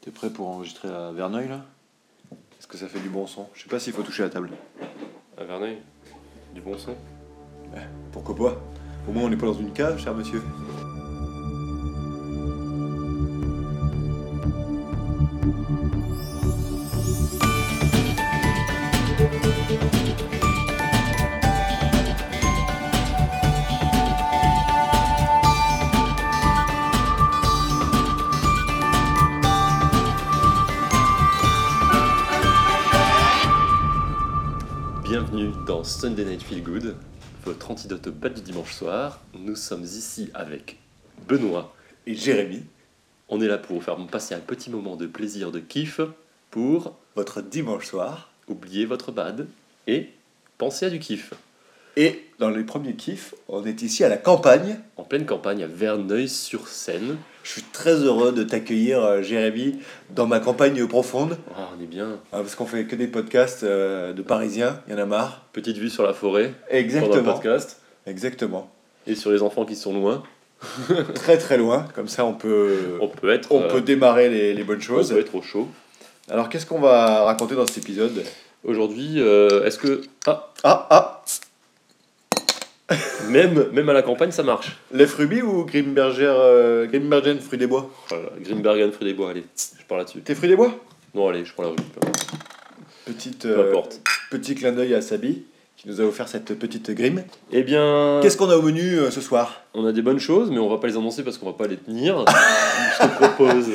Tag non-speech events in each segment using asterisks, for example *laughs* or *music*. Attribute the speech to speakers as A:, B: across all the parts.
A: T'es prêt pour enregistrer à Verneuil là Est-ce que ça fait du bon son Je sais pas s'il faut toucher la table.
B: À Verneuil Du bon son
A: Pourquoi pas Au moins on n'est pas dans une cave, cher monsieur.
B: Bienvenue dans Sunday Night Feel Good, votre antidote au bad du dimanche soir. Nous sommes ici avec Benoît.
A: Et Jérémy,
B: On est là pour vous faire passer un petit moment de plaisir, de kiff, pour
A: votre dimanche soir.
B: oublier votre bad et penser à du kiff.
A: Et dans les premiers kiffs, on est ici à la campagne.
B: En pleine campagne à Verneuil-sur-Seine.
A: Je suis très heureux de t'accueillir, euh, Jérémy, dans ma campagne profonde.
B: Ah, on est bien.
A: hein, parce qu'on fait que des podcasts euh, de Parisiens, il y en a marre.
B: Petite vue sur la forêt pendant le
A: Exactement.
B: podcast
A: Exactement.
B: et sur les enfants qui sont loin.
A: Très très loin, comme ça on peut,
B: On peut être,
A: on
B: euh,
A: peut démarrer les, les bonnes
B: on
A: choses.
B: peut être au chaud.
A: Alors qu'est-ce qu'on va raconter dans cet épisode
B: Aujourd'hui, euh, est-ce que. Ah,
A: Ah ah
B: même, même à la campagne, ça marche.
A: Lef Ruby ou Grimberger, euh, Grimbergen Fruit des Bois
B: Voilà, Greenbergen, Fruit des Bois, allez, je pars là-dessus.
A: T'es Fruit des Bois
B: Non, allez, je prends la rue. peu importe.
A: Petite,
B: Peu
A: euh,
B: importe.
A: Petit clin d'œil à Sabi qui nous a offert cette petite grime.
B: Eh bien,
A: Qu'est-ce qu'on a au menu euh, ce soir *laughs*
B: on a des bonnes choses, mais on va pas les annoncer parce qu'on va pas les tenir. *laughs* je te propose.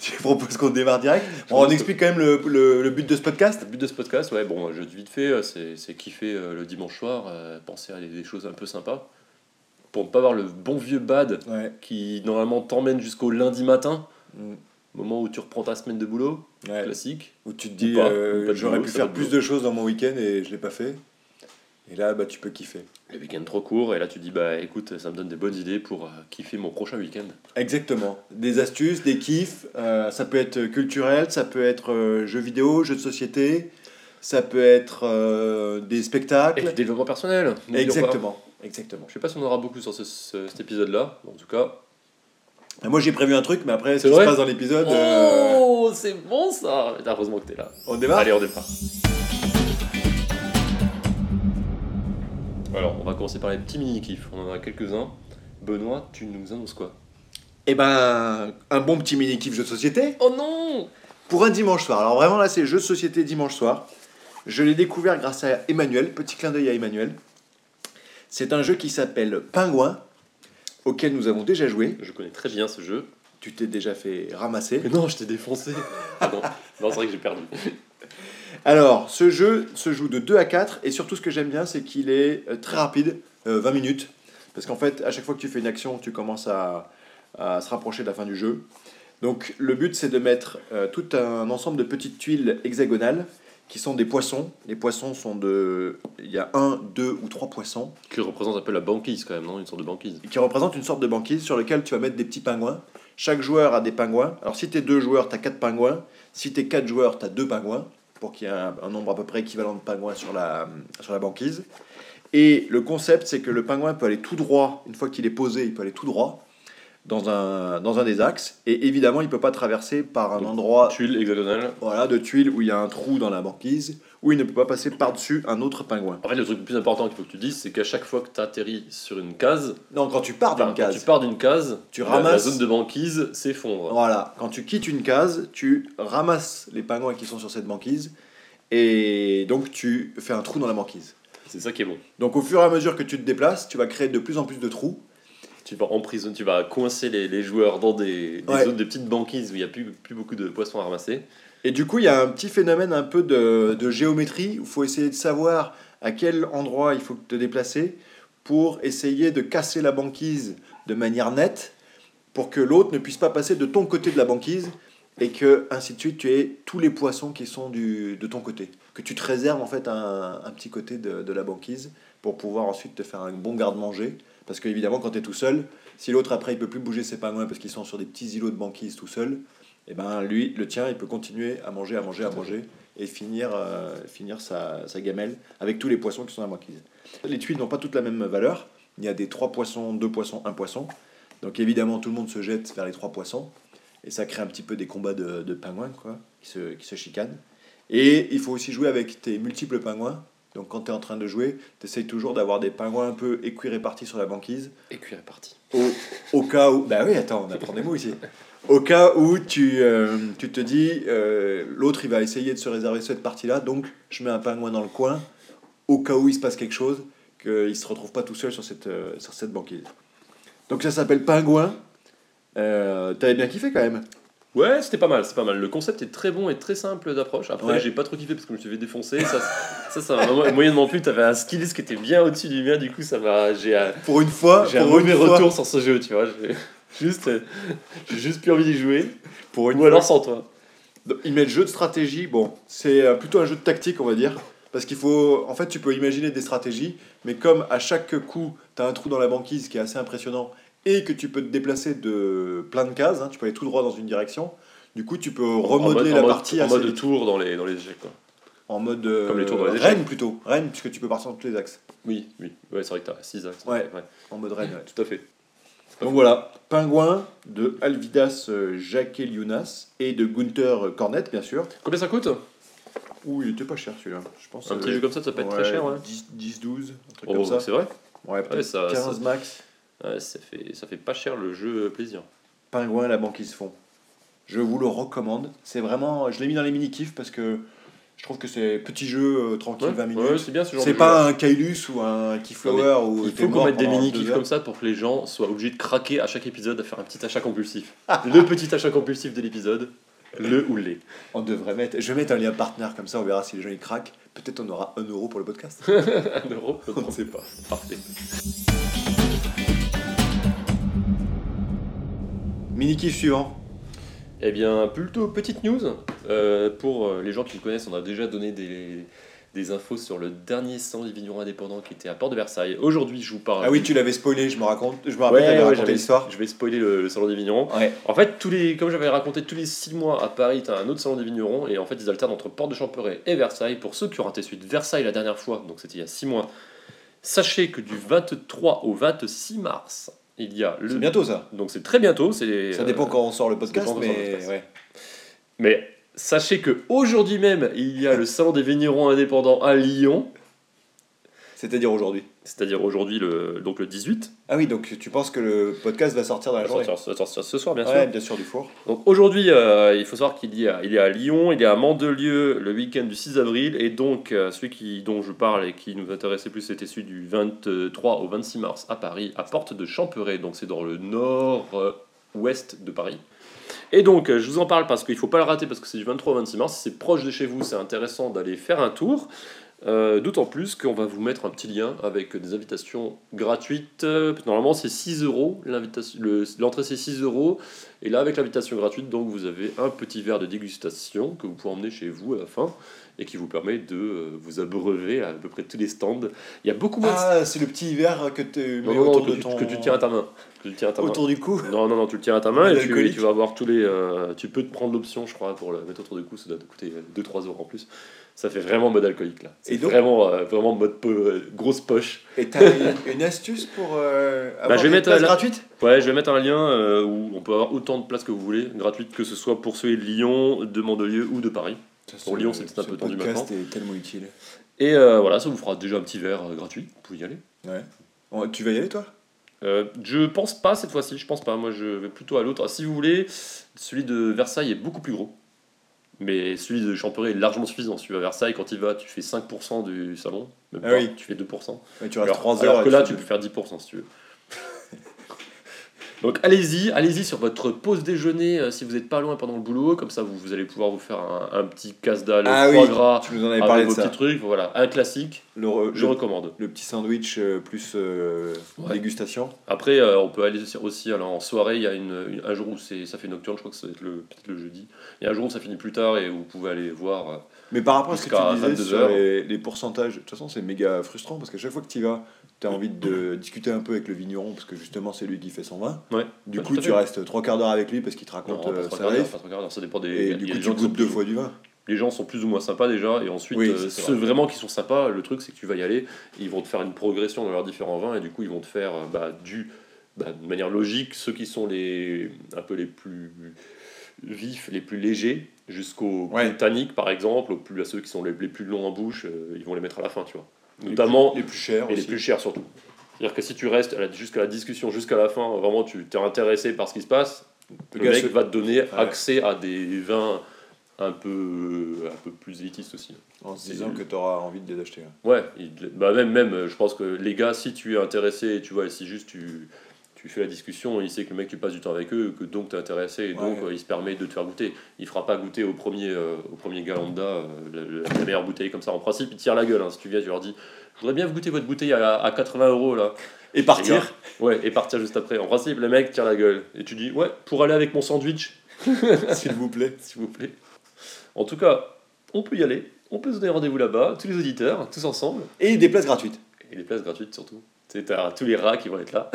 A: Tu proposes qu'on démarre direct
B: Je
A: On
B: pense
A: explique quand même le, le- le but de ce podcast
B: Le but de ce podcast, ouais, bon, je dis vite fait, euh, c'est c'est kiffer euh, le dimanche soir, euh, penser à des, des choses un peu sympas. Pour ne pas avoir le bon vieux bad
A: Ouais.
B: qui normalement t'emmène jusqu'au lundi matin,
A: Mm.
B: moment où tu reprends ta semaine de boulot,
A: Ouais.
B: classique.
A: Où tu te dis,
B: Ou pas,
A: euh,
B: ou pas de
A: j'aurais
B: boulot,
A: pu
B: ça
A: faire
B: va de
A: plus de choses dans mon week-end et je l'ai pas fait. Et là, bah, tu peux kiffer.
B: Le week-end trop court, et là tu dis, bah écoute, ça me donne des bonnes idées pour euh, kiffer mon prochain week-end.
A: Exactement. Des astuces, des kiffs. euh, ça peut être culturel, ça peut être euh, jeux vidéo, jeux de société, ça peut être euh, des
B: Et du
A: spectacles.
B: développement personnel n'oublions pas.
A: Exactement. Exactement.
B: Je sais pas si on aura beaucoup sur ce- ce- cet épisode-là, en tout cas.
A: Et moi, j'ai prévu un truc, mais après, ce
B: C'est
A: qui se
B: vrai Oh
A: passe dans l'épisode, euh,
B: c'est bon ça Putain, Heureusement que t'es là.
A: on démarre.
B: Allez, on départ. Alors, on va commencer par les petits mini-kiffs. On en a quelques-uns. Benoît, tu nous annonces quoi
A: Et ben, un bon petit mini-kiff jeu de société
B: Oh non
A: pour un dimanche soir. Alors vraiment, là, c'est jeu de société dimanche soir. Je l'ai découvert grâce à Emmanuel. Petit clin d'œil à Emmanuel. C'est un jeu qui s'appelle Pingouin, auquel nous avons déjà joué.
B: Je connais très bien ce jeu.
A: Tu t'es déjà fait ramasser.
B: Mais non, je t'ai défoncé Ah non, non c'est vrai que j'ai perdu.
A: Alors, ce jeu se joue de 2 à 4 et surtout ce que j'aime bien, c'est qu'il est euh, très rapide, euh, 20 minutes. Parce qu'en fait, à chaque fois que tu fais une action, tu commences à, à se rapprocher de la fin du jeu. Donc, le but, c'est de mettre euh, tout un ensemble de petites tuiles hexagonales qui sont des poissons. Les poissons sont de. Il y a un, deux ou trois poissons
B: Qui représente un peu la banquise quand même, non Une sorte de banquise.
A: qui représentent une sorte de banquise sur laquelle tu vas mettre des petits pingouins. Chaque joueur a des pingouins. Alors, si t'es deux joueurs, t'as quatre pingouins. Si t'es quatre joueurs, t'as deux pingouins, pour qu'il y ait un, un nombre à peu près équivalent de pingouins sur la, sur la banquise. Et le concept, c'est que le pingouin peut aller tout droit, une fois qu'il est posé, il peut aller tout droit dans un, dans un des axes. Et évidemment, il peut pas traverser par un
B: Donc,
A: endroit
B: Tuile hexagonale.
A: voilà, de tuiles où il y a un trou dans la banquise, où il ne peut pas passer par-dessus un autre pingouin.
B: En fait, le truc le plus important qu'il faut que tu dises, c'est qu'à chaque fois que tu atterris sur une case,
A: Non, quand tu pars
B: Enfin,
A: d'une
B: quand
A: case.
B: tu pars d'une case,
A: Tu
B: la- La
A: ramasses-
B: zone de banquise s'effondre.
A: Voilà, quand tu quittes une case, tu ramasses les pingouins qui sont sur cette banquise et donc tu fais un trou dans la banquise.
B: C'est ça qui est bon.
A: Donc au fur et à mesure que tu te déplaces, tu vas créer de plus en plus de trous.
B: Tu vas emprisonner, tu vas coincer les, les joueurs dans des, des
A: Ouais.
B: zones, des petites banquises où il n'y a plus, plus beaucoup de poissons à ramasser.
A: Et du coup, il y a un petit phénomène un peu de, de géométrie où il faut essayer de savoir à quel endroit il faut te déplacer pour essayer de casser la banquise de manière nette pour que l'autre ne puisse pas passer de ton côté de la banquise et que, ainsi de suite, tu aies tous les poissons qui sont du, de ton côté. Que tu te réserves en fait un, un petit côté de, de la banquise pour pouvoir ensuite te faire un bon garde-manger. Parce que, évidemment, quand tu es tout seul, si l'autre après il peut plus bouger ses pingouins parce qu'ils sont sur des petits îlots de banquise tout seul, et ben lui, le tien, il peut continuer à manger, à manger, à manger et finir, euh, finir sa, sa gamelle avec tous les poissons qui sont à banquise. Les tuiles n'ont pas toutes la même valeur. Il y a des trois poissons, deux poissons, un poisson. Donc évidemment, tout le monde se jette vers les trois poissons. Et ça crée un petit peu des combats de, de pingouins, quoi, qui se, qui se chicanent. Et il faut aussi jouer avec tes multiples pingouins. Donc quand tu es en train de jouer, tu essayes toujours d'avoir des pingouins un peu équirépartis sur la banquise.
B: Et cuir est parti.
A: Au, au cas où... Bah oui, attends, on apprend des mots ici. Au cas où tu, euh, tu te dis, euh, l'autre, il va essayer de se réserver cette partie-là, donc je mets un pingouin dans le coin, au cas où il se passe quelque chose, qu'il ne se retrouve pas tout seul sur cette, euh, sur cette banquise. Donc ça s'appelle Pingouin. Euh, T'avais bien kiffé quand même.
B: Ouais, c'était pas mal, c'est pas mal. Le concept est très bon et très simple d'approche. Après,
A: Ouais.
B: j'ai pas trop kiffé parce que je me suis fait défoncer. Ça, ça, ça m'a vraiment- moyennement plu. T'avais un skill list qui était bien au-dessus du mien, du coup, ça m'a. J'ai un,
A: Pour une fois,
B: j'ai un
A: Ah, pour une
B: mauvais
A: fois-
B: retour sur ce jeu, tu vois. J'ai juste, euh, j'ai juste plus envie d'y jouer.
A: Pour une
B: Ou alors sans toi.
A: Donc, Il met le jeu de stratégie, bon, c'est euh, plutôt un jeu de tactique, on va dire. Parce qu'il faut. En fait, tu peux imaginer des stratégies, mais comme à chaque coup, tu as un trou dans la banquise qui est assez impressionnant et que tu peux te déplacer de plein de cases, hein, tu peux aller tout droit dans une direction, du coup, tu peux remodeler
B: En mode- en
A: la
B: mode-
A: partie
B: en
A: assez
B: mode
A: vite.
B: tour dans les, dans les échecs, quoi.
A: en mode. euh,
B: Comme les tours dans les
A: reine
B: échecs.
A: plutôt, reine, puisque tu peux partir sur tous les axes.
B: Oui, oui. Ouais, c'est vrai que t'as 6 axes.
A: Ouais. En mode reine, ouais.
B: Tout à fait.
A: Donc voilà, Pingouin de Alvidas euh, Jacqueliunas et de Gunther euh, Cornette, bien sûr.
B: Combien ça coûte
A: Ouh, il était pas cher celui-là, je pense.
B: Un
A: euh,
B: petit jeu comme ça, ça peut être
A: ouais,
B: très cher, ouais.
A: 10, 10, 12, un truc
B: Oh,
A: comme ça.
B: c'est vrai
A: Ouais, peut-être
B: Ouais, ça,
A: 15 max.
B: ça- ouais, ça fait, ça fait pas cher le jeu euh, plaisir.
A: Pingouin, la banquise fond. Je vous le recommande. C'est vraiment. Je l'ai mis dans les mini-kifs parce que je trouve que c'est petit jeu euh, tranquille, 20 minutes.
B: ouais, c'est bien ce genre
A: c'est
B: de
A: pas un Kailus ou un Keyflower
B: jeu.
A: ou.
B: Il faut qu'on mette des mini kiffs comme ça pour que les gens soient obligés de craquer à chaque épisode à faire un petit
A: *laughs*
B: achat compulsif.
A: Ah.
B: le petit achat compulsif de l'épisode, le
A: *laughs*
B: ou les.
A: On devrait mettre. Je vais mettre un lien partner comme ça, on verra si les gens ils craquent. Peut-être on aura 1 euro pour le podcast.
B: *laughs* Un euro,
A: on ne sait pas.
B: parfait.
A: Mini-kiff suivant.
B: Eh bien, plutôt petite news. Euh, pour euh, les gens qui le connaissent, on a déjà donné des, des infos sur le dernier stand des vignerons indépendants qui était à Port de Versailles. Aujourd'hui, je vous parle.
A: Ah oui, tu l'avais spoilé, je me raconte. Je me
B: Ouais,
A: rappelle,
B: ouais,
A: t'avais raconté
B: j'avais-
A: l'histoire.
B: Je vais spoiler le, le salon des vignerons.
A: Ouais.
B: En fait, tous les, comme j'avais raconté, tous les 6 mois à Paris, t'as un autre salon des vignerons, et en fait, ils alternent entre Porte de Champeret et Versailles. Pour ceux qui ont raté celui de Versailles la dernière fois, donc c'était il y a 6 mois, sachez que du 23 au 26 mars, il y a le.
A: C'est bientôt ça.
B: Donc c'est très bientôt. c'est
A: Ça dépend
B: euh,
A: quand on sort le podcast,
B: dépend quand on sort le
A: mais
B: podcast.
A: ouais.
B: Mais sachez que aujourd'hui même, il y a le salon des vignerons indépendants à Lyon,
A: C'est-à-dire aujourd'hui.
B: c'est-à-dire aujourd'hui, le, donc le 18.
A: Ah oui, donc tu penses que le podcast va sortir dans la
B: Ça
A: journée
B: sortira- ça sortira ce soir, bien sûr.
A: Ouais, bien sûr, du four.
B: Donc aujourd'hui, euh, il faut savoir qu'il y a, il est à Lyon, il est à Mandelieu le week-end du 6 avril, et donc euh, celui qui, dont je parle et qui nous intéressait plus, c'était celui du 23 au 26 mars à Paris, à Porte de Champeret, donc c'est dans le euh, nord-ouest de Paris. Et donc, euh, je vous en parle parce qu'il ne faut pas le rater, parce que c'est du 23 au 26 mars, c'est proche de chez vous, c'est intéressant d'aller faire un tour. Euh, D'autant plus qu'on va vous mettre un petit lien avec des invitations gratuites. Euh, Normalement, c'est 6 euros. l'invitation- le- L'entrée, c'est 6 euros. Et là, avec l'invitation gratuite, donc vous avez un petit verre de dégustation que vous pouvez emmener chez vous à la fin et qui vous permet de euh, vous abreuver à, peu près tous les stands. Il y a beaucoup moins de
A: Ah, c'est le petit verre que tu mets
B: Non, non, non,
A: autour
B: que,
A: de
B: tu,
A: ton...
B: que tu tiens à ta main. Que tu tiens à ta main.
A: autour du
B: *laughs*
A: cou.
B: Non, non, non, tu le tiens à ta main et tu,
A: L'alcoolique.
B: tu vas avoir tous les. euh, tu peux te prendre l'option, je crois, pour le mettre autour du cou, ça doit te coûter 2-3 euros en plus. Ça fait vraiment mode alcoolique là. C'est
A: Et donc-
B: vraiment, euh, vraiment mode po- euh, grosse poche.
A: Et t'as une, une astuce pour euh, avoir
B: Bah, je vais
A: des
B: mettre,
A: places
B: euh, la-
A: gratuites
B: Ouais, je vais mettre un lien euh, où on peut avoir autant de places que vous voulez, gratuites, que ce soit pour ceux de Lyon, de Mandelieu ou de Paris. Pour Lyon, c'est peut-être un peu tendu
A: podcast est tellement utile.
B: Et euh, voilà, ça vous fera déjà un petit verre euh, gratuit, vous pouvez y aller.
A: Ouais. Oh, Tu vas y aller, toi
B: Euh, je pense pas cette fois-ci, je pense pas. Moi, je vais plutôt à l'autre. Ah, Si vous voulez, celui de Versailles est beaucoup plus gros. Mais celui de Champeret est largement suffisant. Celui à Versailles, quand il va, tu fais 5% du salon. Même
A: Ah
B: pas,
A: oui.
B: Tu fais 2%.
A: Ouais, Tu restes
B: Alors,
A: 3 heures.
B: alors que là,
A: tu-
B: tu peux faire 10% si tu veux. Donc allez-y, allez-y sur votre pause déjeuner euh, si vous n'êtes pas loin pendant le boulot. Comme ça, vous, vous allez pouvoir vous faire un, un petit casse dalle
A: Ah
B: foie
A: oui,
B: gras
A: tu nous en avais parlé
B: avec
A: de
B: vos
A: ça.
B: petits trucs. Voilà, un classique,
A: Le, re-
B: je
A: le-
B: recommande.
A: le petit sandwich euh, plus euh,
B: Ouais.
A: dégustation.
B: Après, euh, on peut aller aussi- aussi alors, en soirée. Il y a une, une- un jour où c'est- ça fait nocturne, je crois que c'est le, peut-être le jeudi. Il y a un jour où ça finit plus tard et où vous pouvez aller voir. euh,
A: Mais par rapport à ce que
B: Jusqu'à
A: tu disais
B: 22
A: sur
B: heures.
A: les, les pourcentages, de toute façon, c'est méga frustrant parce qu'à chaque fois que tu y vas, tu as envie de discuter un peu avec le vigneron parce que justement, c'est lui qui fait son vin.
B: Ouais.
A: Du
B: Bah,
A: coup,
B: tout à
A: tu
B: fait.
A: restes 3 quarts d'heure avec lui parce qu'il te
B: Non,
A: raconte
B: pas
A: euh,
B: trois
A: sa
B: quarts d'heure,
A: life.
B: pas trois quarts d'heure, ça dépend des. il y
A: Et
B: a- il
A: du
B: y
A: coup,
B: a des
A: tu
B: gens qui sont
A: goûtes deux
B: plus-
A: fois du vin.
B: Les gens sont plus ou moins sympas déjà, et ensuite,
A: Oui,
B: euh,
A: c'est
B: ceux vraiment qui sont sympas, le truc c'est que tu vas y aller, ils vont te faire une progression dans leurs différents vins, et du coup, ils vont te faire euh, bah, du bah, de manière logique, ceux qui sont les, un peu les plus vifs, les plus légers, jusqu'aux
A: Ouais.
B: britanniques par exemple, aux plus, à ceux qui sont les, les plus longs en bouche, euh, ils vont les mettre à la fin, tu vois.
A: Les
B: Notamment,
A: plus- les plus chers
B: et les
A: aussi.
B: plus chers surtout. C'est-à-dire que si tu restes à la- jusqu'à la discussion, jusqu'à la fin, vraiment tu t'es intéressé par ce qui se passe,
A: Le
B: le,
A: gars
B: mec
A: se-
B: va te donner accès à des vins un peu, un peu plus élitistes aussi.
A: En se disant que tu auras envie de les acheter. ouais.
B: Ouais, il- bah même, même, euh, je pense que les gars, si tu es intéressé, tu vois, et si juste tu, tu fais la discussion, il sait que le mec, tu passes du temps avec eux, que donc tu es intéressé, et donc
A: Ouais.
B: euh, il se permet de te faire goûter. Il fera pas goûter au premier, euh, au premier gars lambda euh, la, la- la meilleure bouteille comme ça. En principe, il tire la gueule. hein. si tu viens, tu leur dis Je voudrais bien vous goûter votre bouteille à, à 80 euros là.
A: Et
B: Les gars, Ouais, et partir juste après. En principe, le mec tire la gueule. Et tu dis Ouais, pour aller avec mon sandwich, *laughs*
A: s'il vous plaît.
B: s'il vous plaît. En tout cas, on peut y aller. On peut se donner rendez-vous là-bas, tous les auditeurs, tous ensemble.
A: Et des places gratuites.
B: Et les places gratuites surtout. Tu sais, t'as tous les rats qui vont
A: *laughs*
B: être là.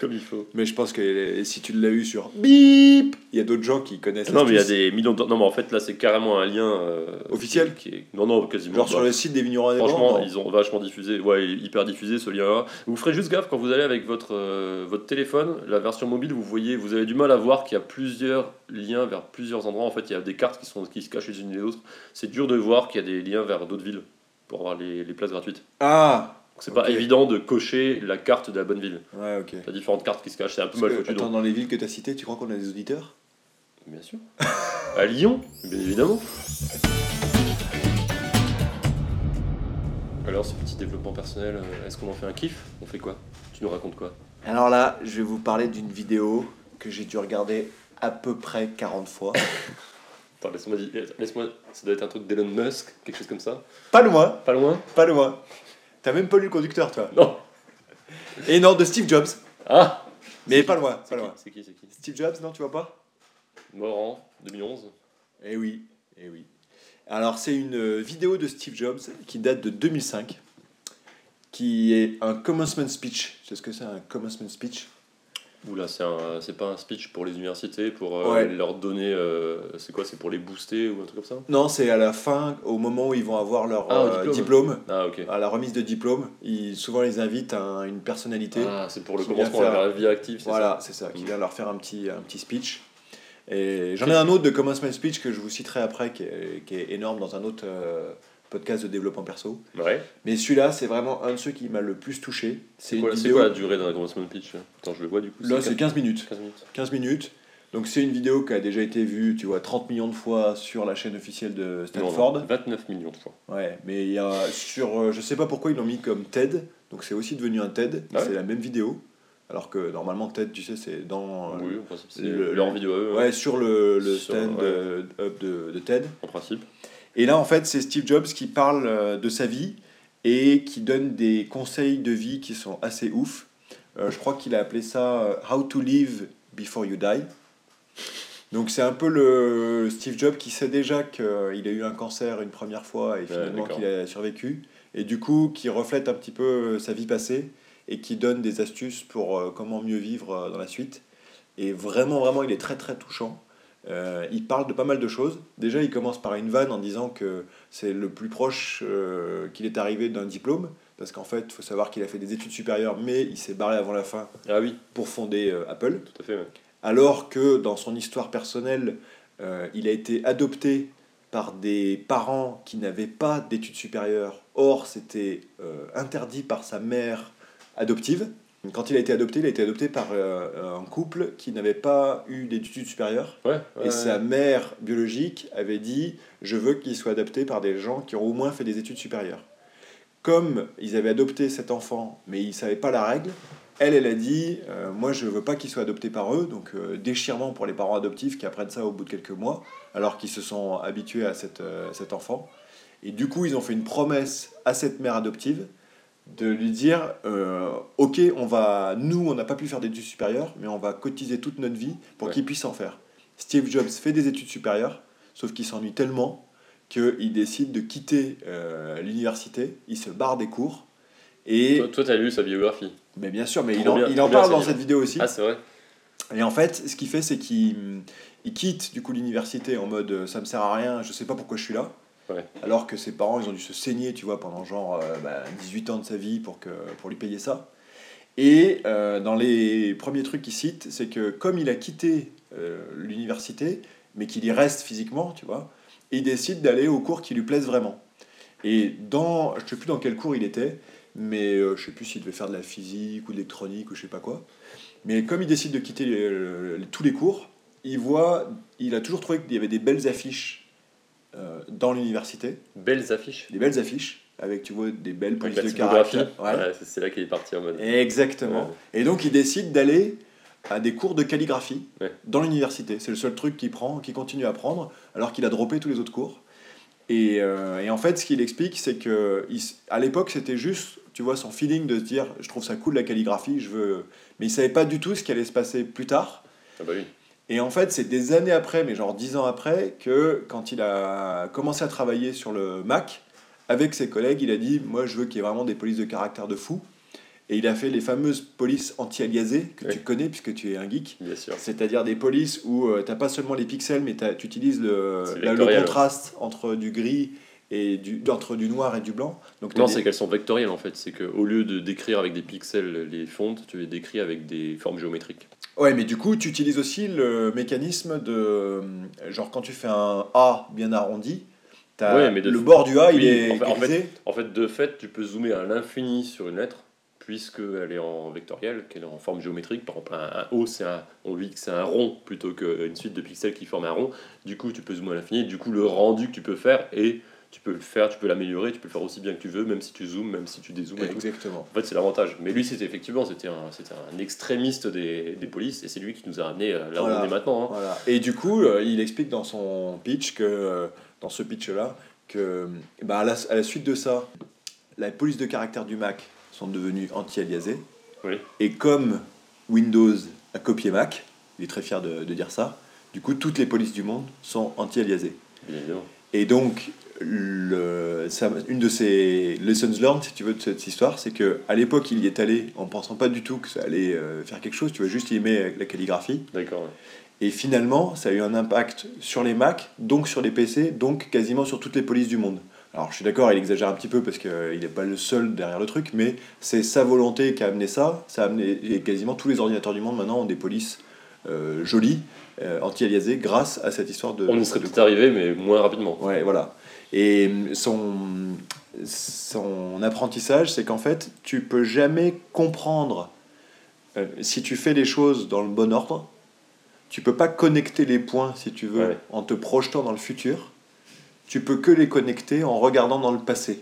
B: Comme il faut.
A: Mais je pense que euh, si tu l'as eu sur bip, il y a d'autres gens qui connaissent.
B: Non, mais il y a
A: l'astuce.
B: des millions de. Non, mais en fait, là, c'est carrément un lien. euh,
A: Officiel
B: qui est... Non, non, quasiment.
A: Genre
B: pas.
A: sur le site des vignerons
B: Franchement,
A: indépendants.
B: ils ont vachement diffusé, ouais, hyper diffusé ce lien-là. Vous ferez juste gaffe quand vous allez avec votre, euh, votre téléphone, la version mobile, vous voyez, vous avez du mal à voir qu'il y a plusieurs liens vers plusieurs endroits. En fait, il y a des cartes qui, sont, qui se cachent les unes les autres. C'est dur de voir qu'il y a des liens vers d'autres villes pour avoir les, les places gratuites.
A: Ah
B: Donc, c'est
A: Ok.
B: pas évident de cocher la carte de la bonne ville.
A: Ouais, ok.
B: T'as différentes cartes qui se cachent, c'est un peu
A: Parce
B: mal
A: que,
B: foutu.
A: attends,
B: donc.
A: dans les villes que tu as citées, tu crois qu'on a des auditeurs
B: Bien sûr. *laughs* à Lyon, bien évidemment. Alors, ce petit développement personnel, euh, est-ce qu'on en fait un kiff On fait quoi Tu nous racontes quoi
A: Alors là, je vais vous parler d'une vidéo que j'ai dû regarder à peu près 40 fois.
B: Attends, laisse-moi dire- Laisse-moi. ça doit être un truc d'Elon Musk, quelque chose comme ça.
A: *laughs* pas loin,
B: Pas loin
A: pas loin. T'as même pas lu le conducteur, toi.
B: Non
A: Et non, de Steve Jobs.
B: Ah
A: Mais pas loin,
B: C'est
A: pas
B: qui
A: loin.
B: C'est qui C'est qui
A: Steve Jobs, non, tu vois pas
B: Mort en 2011.
A: Eh oui, eh oui. Alors, c'est une euh, vidéo de Steve Jobs qui date de 2005, qui est un commencement speech. Tu sais ce que c'est un commencement speech
B: Oula, c'est un- c'est pas un speech pour les universités, pour euh,
A: Ouais.
B: leur donner. euh, c'est quoi C'est pour les booster ou un truc comme ça
A: Non, c'est à la fin, au moment où ils vont avoir leur
B: Ah, au
A: euh,
B: diplôme.
A: diplôme.
B: Ah, ok.
A: À la remise de diplôme, ils, souvent ils invitent un- une personnalité.
B: Ah, c'est pour le
A: qui vient
B: commencement de
A: faire-
B: la vie active, c'est
A: Voilà, c'est ça, qui
B: Mhm.
A: vient leur faire un petit, un petit speech. Et j'en ai un autre de commencement speech que je vous citerai après, qui est, qui est énorme dans un autre euh, podcast de développement perso.
B: ça Ouais.
A: Mais celui-là, c'est vraiment un de ceux qui m'a le plus touché. C'est
B: C'est
A: une
B: quoi, c'est
A: vidéo.
B: quoi la durée d'un commencement de pitch Attends, je le vois du coup.
A: Là, c'est 15 minutes.
B: 15 minutes.
A: 15 minutes. Donc, c'est une vidéo qui a déjà été vue, tu vois, 30 millions de fois sur la chaîne officielle de
B: Non, non,
A: Stanford.
B: 29 millions de fois.
A: Ouais, mais il y a sur. euh, je sais pas pourquoi ils l'ont mis comme TED, donc c'est aussi devenu un TED,
B: Ah ouais
A: c'est la même vidéo. Alors que normalement, TED, tu sais, c'est dans. euh,
B: oui, en principe, c'est
A: le-
B: leur vidéo à eux, hein,
A: Ouais, sur le, le
B: Sur-
A: stand
B: ouais.
A: euh, up de, de TED.
B: en principe.
A: Et là, en fait, c'est Steve Jobs qui parle euh, de sa vie et qui donne des conseils de vie qui sont assez ouf. Euh, je crois qu'il a appelé ça euh, How to live before you die. Donc c'est un peu le Steve Jobs qui sait déjà qu'il a eu un cancer une première fois et finalement
B: d'accord.
A: qu'il a survécu. Et du coup, qui reflète un petit peu euh, sa vie passée et qui donne des astuces pour euh, comment mieux vivre euh, dans la suite. Et vraiment, vraiment, il est très, très touchant. Euh, il parle de pas mal de choses. Déjà, il commence par une vanne en disant que c'est le plus proche euh, qu'il est arrivé d'un diplôme. Parce qu'en fait, il faut savoir qu'il a fait des études supérieures, mais il s'est barré avant la fin
B: Ah oui,
A: pour fonder euh, Apple.
B: tout à fait. ouais.
A: Alors que dans son histoire personnelle, euh, il a été adopté par des parents qui n'avaient pas d'études supérieures. Or, c'était euh, interdit par sa mère adoptive. Quand il a été adopté, il a été adopté par euh, un couple qui n'avait pas eu d'études supérieures.
B: Ouais, ouais,
A: Et sa mère biologique avait dit Je veux qu'il soit adopté par des gens qui ont au moins fait des études supérieures. Comme ils avaient adopté cet enfant, mais ils ne savaient pas la règle, elle, elle a dit euh, Moi, je veux pas qu'il soit adopté par eux. Donc, euh, déchirement pour les parents adoptifs qui apprennent ça au bout de quelques mois, alors qu'ils se sont habitués à cette, euh, cet enfant. Et du coup, ils ont fait une promesse à cette mère adoptive de lui dire euh, ok on va nous on n'a pas pu faire des études supérieures mais on va cotiser toute notre vie pour
B: Ouais.
A: qu'il puisse en faire Steve Jobs fait des études supérieures sauf qu'il s'ennuie tellement qu'il décide de quitter euh, l'université il se barre des cours et
B: Toi, toi, t'as lu sa biographie.
A: mais bien sûr mais
B: Trop
A: il en,
B: bien,
A: il
B: trop
A: en
B: bien,
A: parle
B: ce
A: dans
B: livre.
A: cette vidéo aussi
B: Ah, c'est vrai.
A: et en fait, ce qu'il fait, c'est qu'il il quitte du coup l'université en mode euh, ça me sert à rien, je sais pas pourquoi je suis là.
B: Ouais.
A: Alors que ses parents, ils ont dû se saigner, tu vois, pendant genre euh, bah, 18 ans de sa vie pour, que, pour lui payer ça. Et euh, dans les premiers trucs qu'il cite, c'est que comme il a quitté euh, l'université, mais qu'il y reste physiquement, tu vois, il décide d'aller au cours qui lui plaise vraiment. Et dans, je sais plus dans quel cours il était, mais euh, je sais plus s'il devait faire de la physique ou de l'électronique ou je sais pas quoi. Mais comme il décide de quitter euh, tous les cours, il voit, il a toujours trouvé qu'il y avait des belles affiches euh, dans l'université,
B: Belles affiches.
A: des belles affiches avec tu vois des belles
B: Avec
A: polices
B: la
A: de
B: typographie.
A: caractère. Ouais.
B: Voilà, c'est- c'est là qu'il est parti en mode.
A: Exactement.
B: Ouais.
A: Et donc il décide d'aller à des cours de calligraphie
B: Ouais.
A: dans l'université. C'est le seul truc qu'il prend, qu'il continue à prendre, alors qu'il a droppé tous les autres cours. Et, euh, et en fait, ce qu'il explique, c'est que il s- à l'époque, c'était juste, tu vois, son feeling de se dire, je trouve ça cool la calligraphie, je veux. Mais il savait pas du tout ce qui allait se passer plus tard.
B: Ah bah oui.
A: Et en fait, c'est des années après, mais genre dix ans après, que quand il a commencé à travailler sur le Mac, avec ses collègues, il a dit Moi, je veux qu'il y ait vraiment des polices de caractère de fou. Et il a fait les fameuses polices anti-aliasées que
B: Oui.
A: tu connais puisque tu es un geek.
B: Bien sûr.
A: C'est-à-dire des polices où tu t'as pas seulement les pixels, mais t'as- tu utilises le,
B: C'est
A: la- le
B: vectoriel.
A: contraste entre du gris et du, entre du noir et du blanc. Donc, t'as
B: Non,
A: des-
B: c'est qu'elles sont vectorielles en fait. C'est qu'au lieu de décrire avec des pixels les fontes, tu les décris avec des formes géométriques.
A: Ouais, mais du coup, tu utilises aussi le mécanisme de. euh, Genre, quand tu fais un A bien arrondi, t'as
B: Ouais, mais de-
A: le bord du A, il
B: Oui,
A: est
B: en fait- en fait-
A: grisé.
B: En fait, de fait, tu peux zoomer à l'infini sur une lettre, puisqu'elle est en vectorielle, qu'elle est en forme géométrique. Par exemple, un, un O, c'est un, on lui dit que c'est un rond plutôt qu'une suite de pixels qui forme un rond. Du coup, tu peux zoomer à l'infini. Du coup, le rendu que tu peux faire et tu peux le faire, tu peux l'améliorer, tu peux le faire aussi bien que tu veux, même si tu zoomes, même si tu dézoomes. et tout.
A: Exactement.
B: En fait, c'est l'avantage. Mais lui, c'était effectivement, c'était un, c'était un extrémiste des, des polices, et c'est lui qui nous a amené euh, là où
A: Voilà.
B: on est maintenant. hein.
A: Voilà. Et du coup, euh, il explique dans son pitch que. euh, Dans ce pitch-là, que. Bah, à, la, à la suite de ça, la police de caractère du Mac sont devenues anti-aliasées.
B: Oui.
A: Et comme Windows a copié Mac, il est très fier de, de dire ça, du coup, toutes les polices du monde sont anti-aliasées.
B: Bien évidemment.
A: Et donc, le, ça- une de ces lessons learned, si tu veux, de cette histoire, c'est que à l'époque, il y est allé en pensant pas du tout que ça allait euh, faire quelque chose, tu vois, juste il aimait euh, la calligraphie.
B: D'accord. ouais.
A: Et finalement, ça a eu un impact sur les Mac, donc sur les PC, donc quasiment sur toutes les polices du monde. Alors, je suis d'accord, il exagère un petit peu parce qu'il n'est pas le seul derrière le truc, mais c'est sa volonté qui a amené ça. ça a amené, et quasiment tous les ordinateurs du monde maintenant ont des polices euh, jolies, euh, anti-aliasées, grâce à cette histoire de.
B: On y
A: de
B: serait peut-être arrivé, mais moins rapidement.
A: Ouais, voilà. Et hum, son, son apprentissage, c'est qu'en fait, tu peux jamais comprendre euh, si tu fais les choses dans le bon ordre. Tu peux pas connecter les points, si tu veux,
B: Ouais.
A: en te projetant dans le futur. Tu peux que les connecter en regardant dans le passé.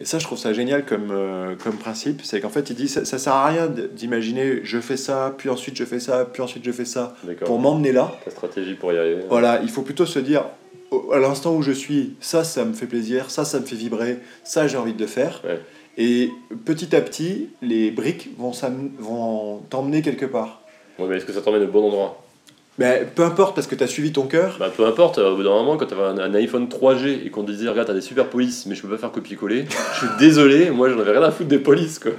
A: Et ça, je trouve ça génial comme, euh, comme principe. C'est qu'en fait, il dit, ça, ça sert à rien d- d'imaginer, je fais ça, puis ensuite je fais ça, puis ensuite je fais ça,
B: D'accord.
A: pour m'emmener là.
B: Ta stratégie pour y arriver.
A: Voilà, il faut plutôt se dire au- à l'instant où je suis, ça, ça me fait plaisir, ça, ça me fait vibrer, ça, j'ai envie de le faire.
B: Ouais.
A: Et petit à petit, les briques vont s'am- vont t'emmener quelque part.
B: Ouais, mais est-ce que ça t'emmène au bon endroit
A: Mais peu importe, parce que tu as suivi ton cœur.
B: Bah peu importe, euh, au bout d'un moment, quand t'avais un, un iPhone 3G et qu'on te disait, regarde, t'as des super polices, mais je peux pas faire copier-coller, je suis désolé, moi j'en avais rien à foutre des polices, quoi.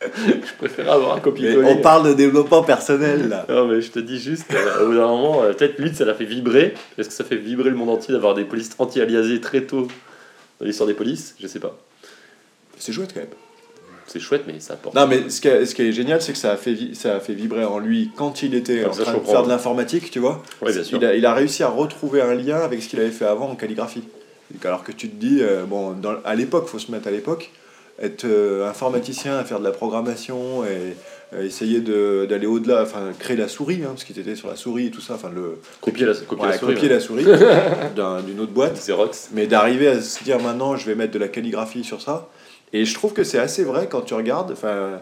B: *laughs* je préfère avoir un
A: Mais
B: copier-coller.
A: on parle de développement personnel, là.
B: Non, mais je te dis juste, euh, au bout d'un moment, euh, peut-être limite ça l'a fait vibrer. Est-ce que ça fait vibrer le monde entier d'avoir des polices anti-aliasées très tôt dans l'histoire des polices Je sais pas.
A: C'est chouette, quand même.
B: C'est chouette, mais ça apporte.
A: Non, mais ce qui est, ce qui est génial, c'est que ça a, fait, vi- ça a fait vibrer en lui quand il était
B: Comme
A: en
B: ça,
A: train
B: je
A: de
B: comprends.
A: faire de l'informatique, tu vois.
B: Ouais, bien sûr.
A: Il a, il a réussi à retrouver un lien avec ce qu'il avait fait avant en calligraphie. Alors que tu te dis, euh, bon, dans- à l'époque, faut se mettre à l'époque, être euh, informaticien, faire de la programmation et euh, essayer de- d'aller au-delà, enfin créer la souris, hein, parce qu'il était sur la souris et tout ça, enfin le
B: Copier la, copier
A: ouais,
B: la souris.
A: copier
B: ouais.
A: la souris d'un- d'une autre boîte.
B: Xerox.
A: Mais d'arriver à se dire maintenant, je vais mettre de la calligraphie sur ça. Et je trouve que c'est assez vrai quand tu regardes, enfin,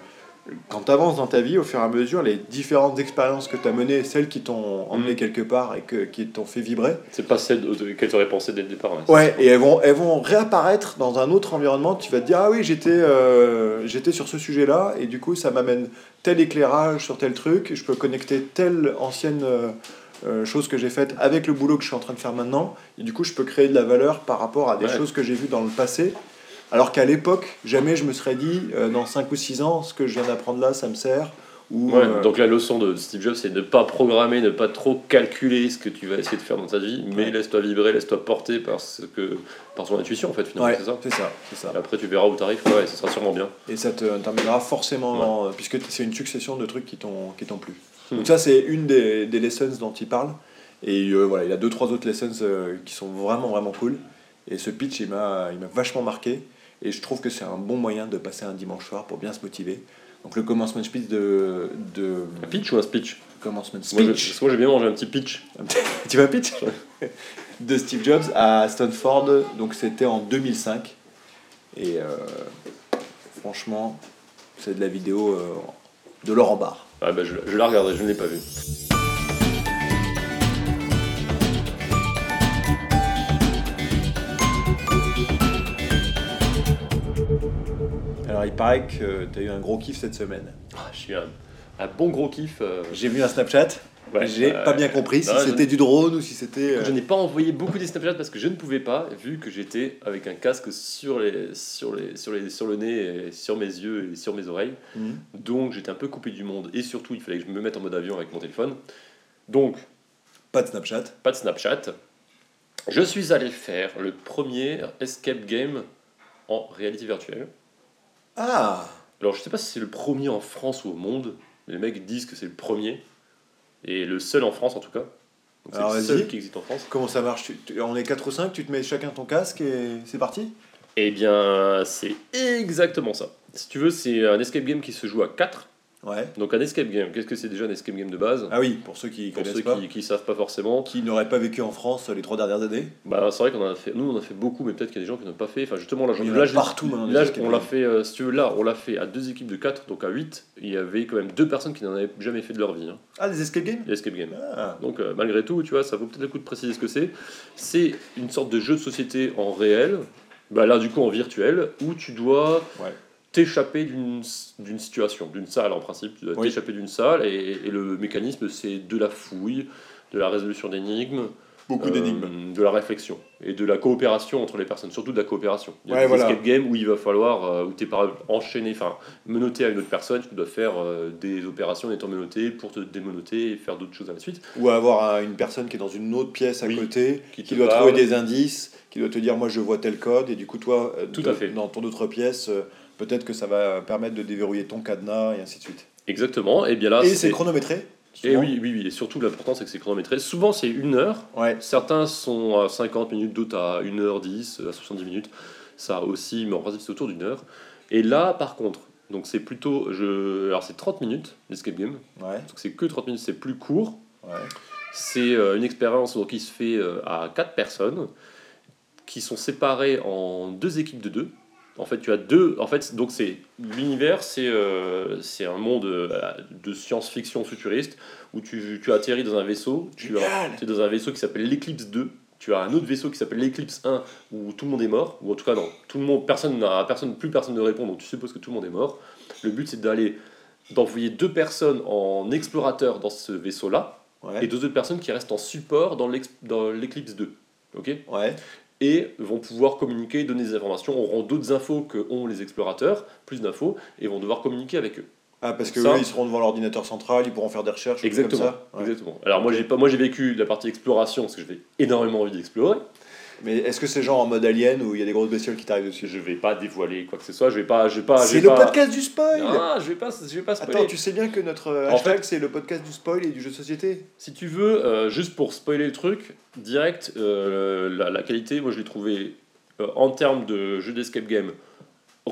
A: quand tu avances dans ta vie, au fur et à mesure, les différentes expériences que tu as menées, celles qui t'ont emmené
B: Mhm.
A: quelque part et que, qui t'ont fait vibrer,
B: C'est pas celle auquel t'aurais pensé dès le départ. ouais.
A: ouais, et elles vont, elles vont réapparaître dans un autre environnement. Tu vas te dire, ah oui, j'étais euh, j'étais sur ce sujet-là, et du coup, ça m'amène tel éclairage sur tel truc, je peux connecter telle ancienne euh, euh, chose que j'ai faite avec le boulot que je suis en train de faire maintenant, et du coup, je peux créer de la valeur par rapport à des
B: Ouais.
A: choses que j'ai vues dans le passé. Alors qu'à l'époque, jamais je me serais dit, euh, dans 5 ou 6 ans, ce que je viens d'apprendre là, ça me sert, Ou,
B: Ouais,
A: euh,
B: donc la leçon de Steve Jobs, c'est ne pas programmer, ne pas trop calculer ce que tu vas essayer de faire dans ta vie, mais
A: Ouais.
B: laisse-toi vibrer, laisse-toi porter par, ce que, par son intuition, en fait, finalement,
A: ouais,
B: c'est ça.
A: c'est ça, c'est ça.
B: Et après, tu verras où t'arrives, ouais, et ce sera sûrement bien.
A: Et ça te terminera forcément, euh, puisque t- c'est une succession de trucs qui t'ont qui t'ont plu. Donc ça, c'est une des, des lessons dont il parle. Et euh, voilà, il a deux, trois autres lessons euh, qui sont vraiment, vraiment cool. Et ce pitch, il m'a il m'a vachement marqué. Et je trouve que c'est un bon moyen de passer un dimanche soir pour bien se motiver. Donc le commencement speech de... de
B: Un pitch ou un speech
A: commencement
B: Moi, je-
A: speech
B: parce que moi, j'ai bien mangé un petit pitch.
A: Tu vas pitch De Steve Jobs à Stanford. Donc c'était en 2005. Et euh, franchement, c'est de la vidéo euh, de Laurent Barre.
B: Ah, bah, je, je la regardais, je ne l'ai pas vu.
A: Alors il paraît que tu as eu un gros kiff cette semaine.
B: Ah, j'ai eu un, un bon gros kiff. euh,
A: J'ai vu un Snapchat,
B: ouais,
A: j'ai
B: euh,
A: pas bien compris si
B: non, je-
A: c'était du drone ou si c'était... euh,
B: Je n'ai pas envoyé beaucoup des Snapchats parce que je ne pouvais pas, vu que j'étais avec un casque sur, les, sur, les, sur, les, sur le nez, et sur mes yeux et sur mes oreilles.
A: Mhm.
B: Donc j'étais un peu coupé du monde et surtout il fallait que je me mette en mode avion avec mon téléphone. Donc
A: Pas de Snapchat.
B: pas de Snapchat. Je suis allé faire le premier escape game en réalité virtuelle.
A: Ah
B: Alors je sais pas si c'est le premier en France ou au monde. Les mecs disent que c'est le premier et le seul en France en tout cas. Donc,
A: Alors,
B: C'est le
A: vas-y.
B: seul qui existe en France.
A: Comment ça marche Tu- tu- On est 4 ou 5, tu te mets chacun ton casque et c'est parti
B: Eh bien c'est exactement ça. Si tu veux c'est un escape game qui se joue à 4.
A: Ouais.
B: Donc un escape game, qu'est-ce que c'est déjà un escape game de base
A: Ah oui, pour ceux qui
B: Pour
A: connaissent
B: ceux
A: pas,
B: qui, qui savent pas forcément.
A: qui n'auraient pas vécu en France les trois dernières années.
B: Bah, c'est vrai qu'on en a fait, nous on en a fait beaucoup, mais peut-être qu'il y a des gens qui n'ont pas fait. Enfin, justement, là, j'en-
A: Il y en a
B: là, je-
A: partout maintenant, des
B: là,
A: escape
B: on l'a
A: games.
B: fait, euh, si tu veux, là, on l'a fait à deux équipes de 4, donc à 8. Il y avait quand même deux personnes qui n'en avaient jamais fait de leur vie, hein,
A: Ah, des escape games
B: les escape games.
A: Ah.
B: Donc, euh, malgré tout, tu vois, ça vaut peut-être le coup de préciser ce que c'est. C'est une sorte de jeu de société en réel, bah là, du coup, en virtuel, où tu dois
A: Ouais.
B: t'échapper d'une d'une situation, d'une salle en principe. Tu dois
A: Oui.
B: t'échapper d'une salle, et, et le mécanisme, c'est de la fouille, de la résolution d'énigmes.
A: Beaucoup
B: Euh,
A: d'énigmes.
B: de la réflexion et de la coopération entre les personnes, surtout de la coopération. Il y a
A: Ouais,
B: des
A: voilà.
B: escape games où il va falloir, euh, où tu es par exemple enchaîné, enfin menotté à une autre personne, tu dois faire euh, des opérations en étant menotté pour te démenoter et faire d'autres choses à la suite.
A: Ou avoir euh, une personne qui est dans une autre pièce à
B: Oui.
A: côté,
B: Qui,
A: qui
B: te
A: doit
B: parle.
A: trouver des indices, qui doit te dire moi je vois tel code, et du coup toi, euh,
B: Tout
A: de-
B: à fait.
A: dans ton autre pièce, euh, peut-être que ça va permettre de déverrouiller ton cadenas, et ainsi de suite.
B: Exactement, et bien là.
A: et c'est chronométré
B: Et
A: souvent.
B: Ah, Eh oui, oui, oui, et surtout l'important c'est que c'est chronométré. Souvent c'est une heure,
A: Ouais.
B: certains sont à 50 minutes, d'autres à 1h10, euh, à 70 minutes. Ça aussi, mais en principe c'est autour d'une heure. Et là par contre, donc c'est plutôt. Je... Alors c'est 30 minutes, l'escape game.
A: Ouais,
B: Donc c'est que 30 minutes, c'est plus court.
A: ouais.
B: C'est euh, une expérience donc, qui se fait euh, à quatre personnes qui sont séparées en deux équipes de deux. En fait, tu as deux. En fait, donc c'est l'univers, c'est euh, c'est un monde euh, de science-fiction futuriste où tu, tu atterris dans un vaisseau. Tu as,
A: Génial
B: es dans un vaisseau qui s'appelle l'Eclipse 2. Tu as un autre vaisseau qui s'appelle l'Eclipse 1 où tout le monde est mort. Ou en tout cas non, tout le monde, personne n'a, personne, plus personne ne répond. Donc tu supposes que tout le monde est mort. Le but c'est d'aller d'envoyer deux personnes en explorateur dans ce vaisseau-là
A: Ouais.
B: et deux autres personnes qui restent en support dans l'ex- dans l'Eclipse 2. ok
A: ouais.
B: et vont pouvoir communiquer, donner des informations, auront d'autres infos que ont les explorateurs, plus d'infos, et vont devoir communiquer avec eux.
A: Ah, parce que
B: Ça.
A: eux, ils seront devant l'ordinateur central, ils pourront faire des recherches, ou des trucs
B: Exactement.
A: comme ça. Ouais.
B: Exactement. Alors moi j'ai pas, moi j'ai vécu la partie exploration parce que j'avais énormément envie d'explorer.
A: Mais est-ce que c'est genre en mode alien où il y a des grosses bestioles qui t'arrivent dessus
B: Je vais pas dévoiler quoi que ce soit. Je vais pas, je vais pas, je
A: C'est
B: vais
A: le
B: Ah, pas.
A: podcast du spoil
B: Ah, je vais pas, je vais pas spoiler.
A: Attends, tu sais bien que notre euh,
B: En
A: hashtag c'est le podcast du spoil et du jeu de société.
B: Si tu veux, euh, juste pour spoiler le truc, direct, euh, la, la qualité, moi je l'ai trouvé euh, en termes de jeu d'escape game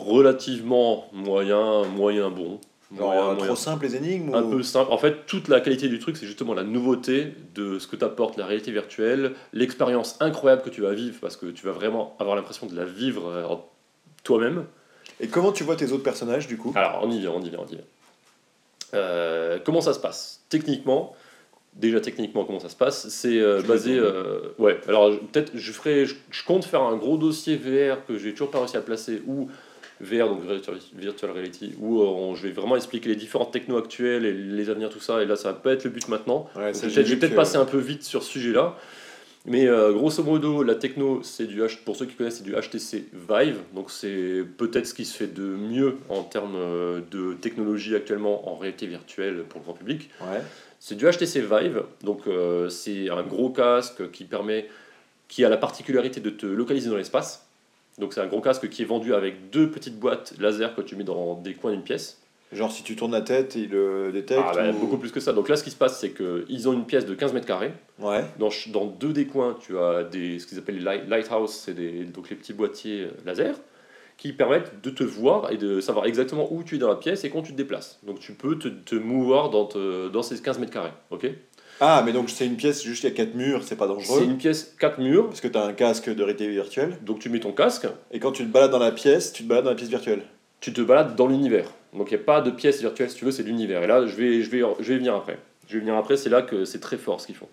B: relativement moyen, moyen bon.
A: Genre
B: Moyen,
A: euh,
B: moyen.
A: trop simple les énigmes
B: un
A: ou-
B: peu simple. En fait, toute la qualité du truc, c'est justement la nouveauté de ce que t'apporte la réalité virtuelle, l'expérience incroyable que tu vas vivre, parce que tu vas vraiment avoir l'impression de la vivre euh, en- toi-même.
A: Et comment tu vois tes autres personnages du coup
B: Alors, on y vient, on y vient, on y vient. Euh, comment ça se passe Techniquement, déjà techniquement, comment ça se passe C'est euh,
A: Je
B: basé.
A: vais
B: euh, ouais, alors je- peut-être je ferai. Je, je compte faire un gros dossier VR que j'ai toujours pas réussi à placer ou. VR, donc Virtual, virtual Reality, où euh, on- je vais vraiment expliquer les différentes technos actuelles et les avenirs, tout Ah, ça, et là ça va pas être le but maintenant.
A: Ouais,
B: Donc,
A: ça,
B: je
A: j'ai
B: vais peut-être- je
A: vu
B: vais peut-être
A: que-
B: passer un peu vite sur ce sujet-là. Mais euh, grosso modo, la techno, c'est du H... pour ceux qui connaissent, c'est du HTC Vive. Donc c'est peut-être ce qui se fait de mieux en termes euh, de technologie actuellement en réalité virtuelle pour le grand public.
A: Ouais.
B: C'est du HTC Vive. Donc euh, c'est un gros casque qui permet, qui a la particularité de te localiser dans l'espace. Donc c'est un gros casque qui est vendu avec deux petites boîtes laser que tu mets dans des coins d'une pièce.
A: Genre, si tu tournes la tête, il le détecte
B: Ah, bah,
A: ou-
B: Beaucoup plus que ça. Donc là, ce qui se passe, c'est qu'ils ont une pièce de 15 mètres carrés.
A: Ouais.
B: Dans, ch- dans deux des coins, tu as des, ce qu'ils appellent les light- lighthouse, c'est des- donc les petits boîtiers euh, laser, qui permettent de te voir et de savoir exactement où tu es dans la pièce et quand tu te déplaces. Donc tu peux te, te mouvoir dans, te- dans ces 15 mètres carrés. ok
A: Ah, mais donc c'est une pièce juste il y a quatre murs, c'est pas dangereux.
B: c'est une pièce, quatre murs,
A: Parce que t'as un casque de réalité virtuelle.
B: donc tu mets ton casque,
A: Et quand tu te balades dans la pièce, tu te balades dans la pièce virtuelle.
B: tu te balades dans l'univers. Donc il n'y a pas de pièce virtuelle, si tu veux, c'est l'univers. Et là, je vais, je, vais, je vais venir après. Je vais venir après, c'est là que c'est très fort ce qu'ils font.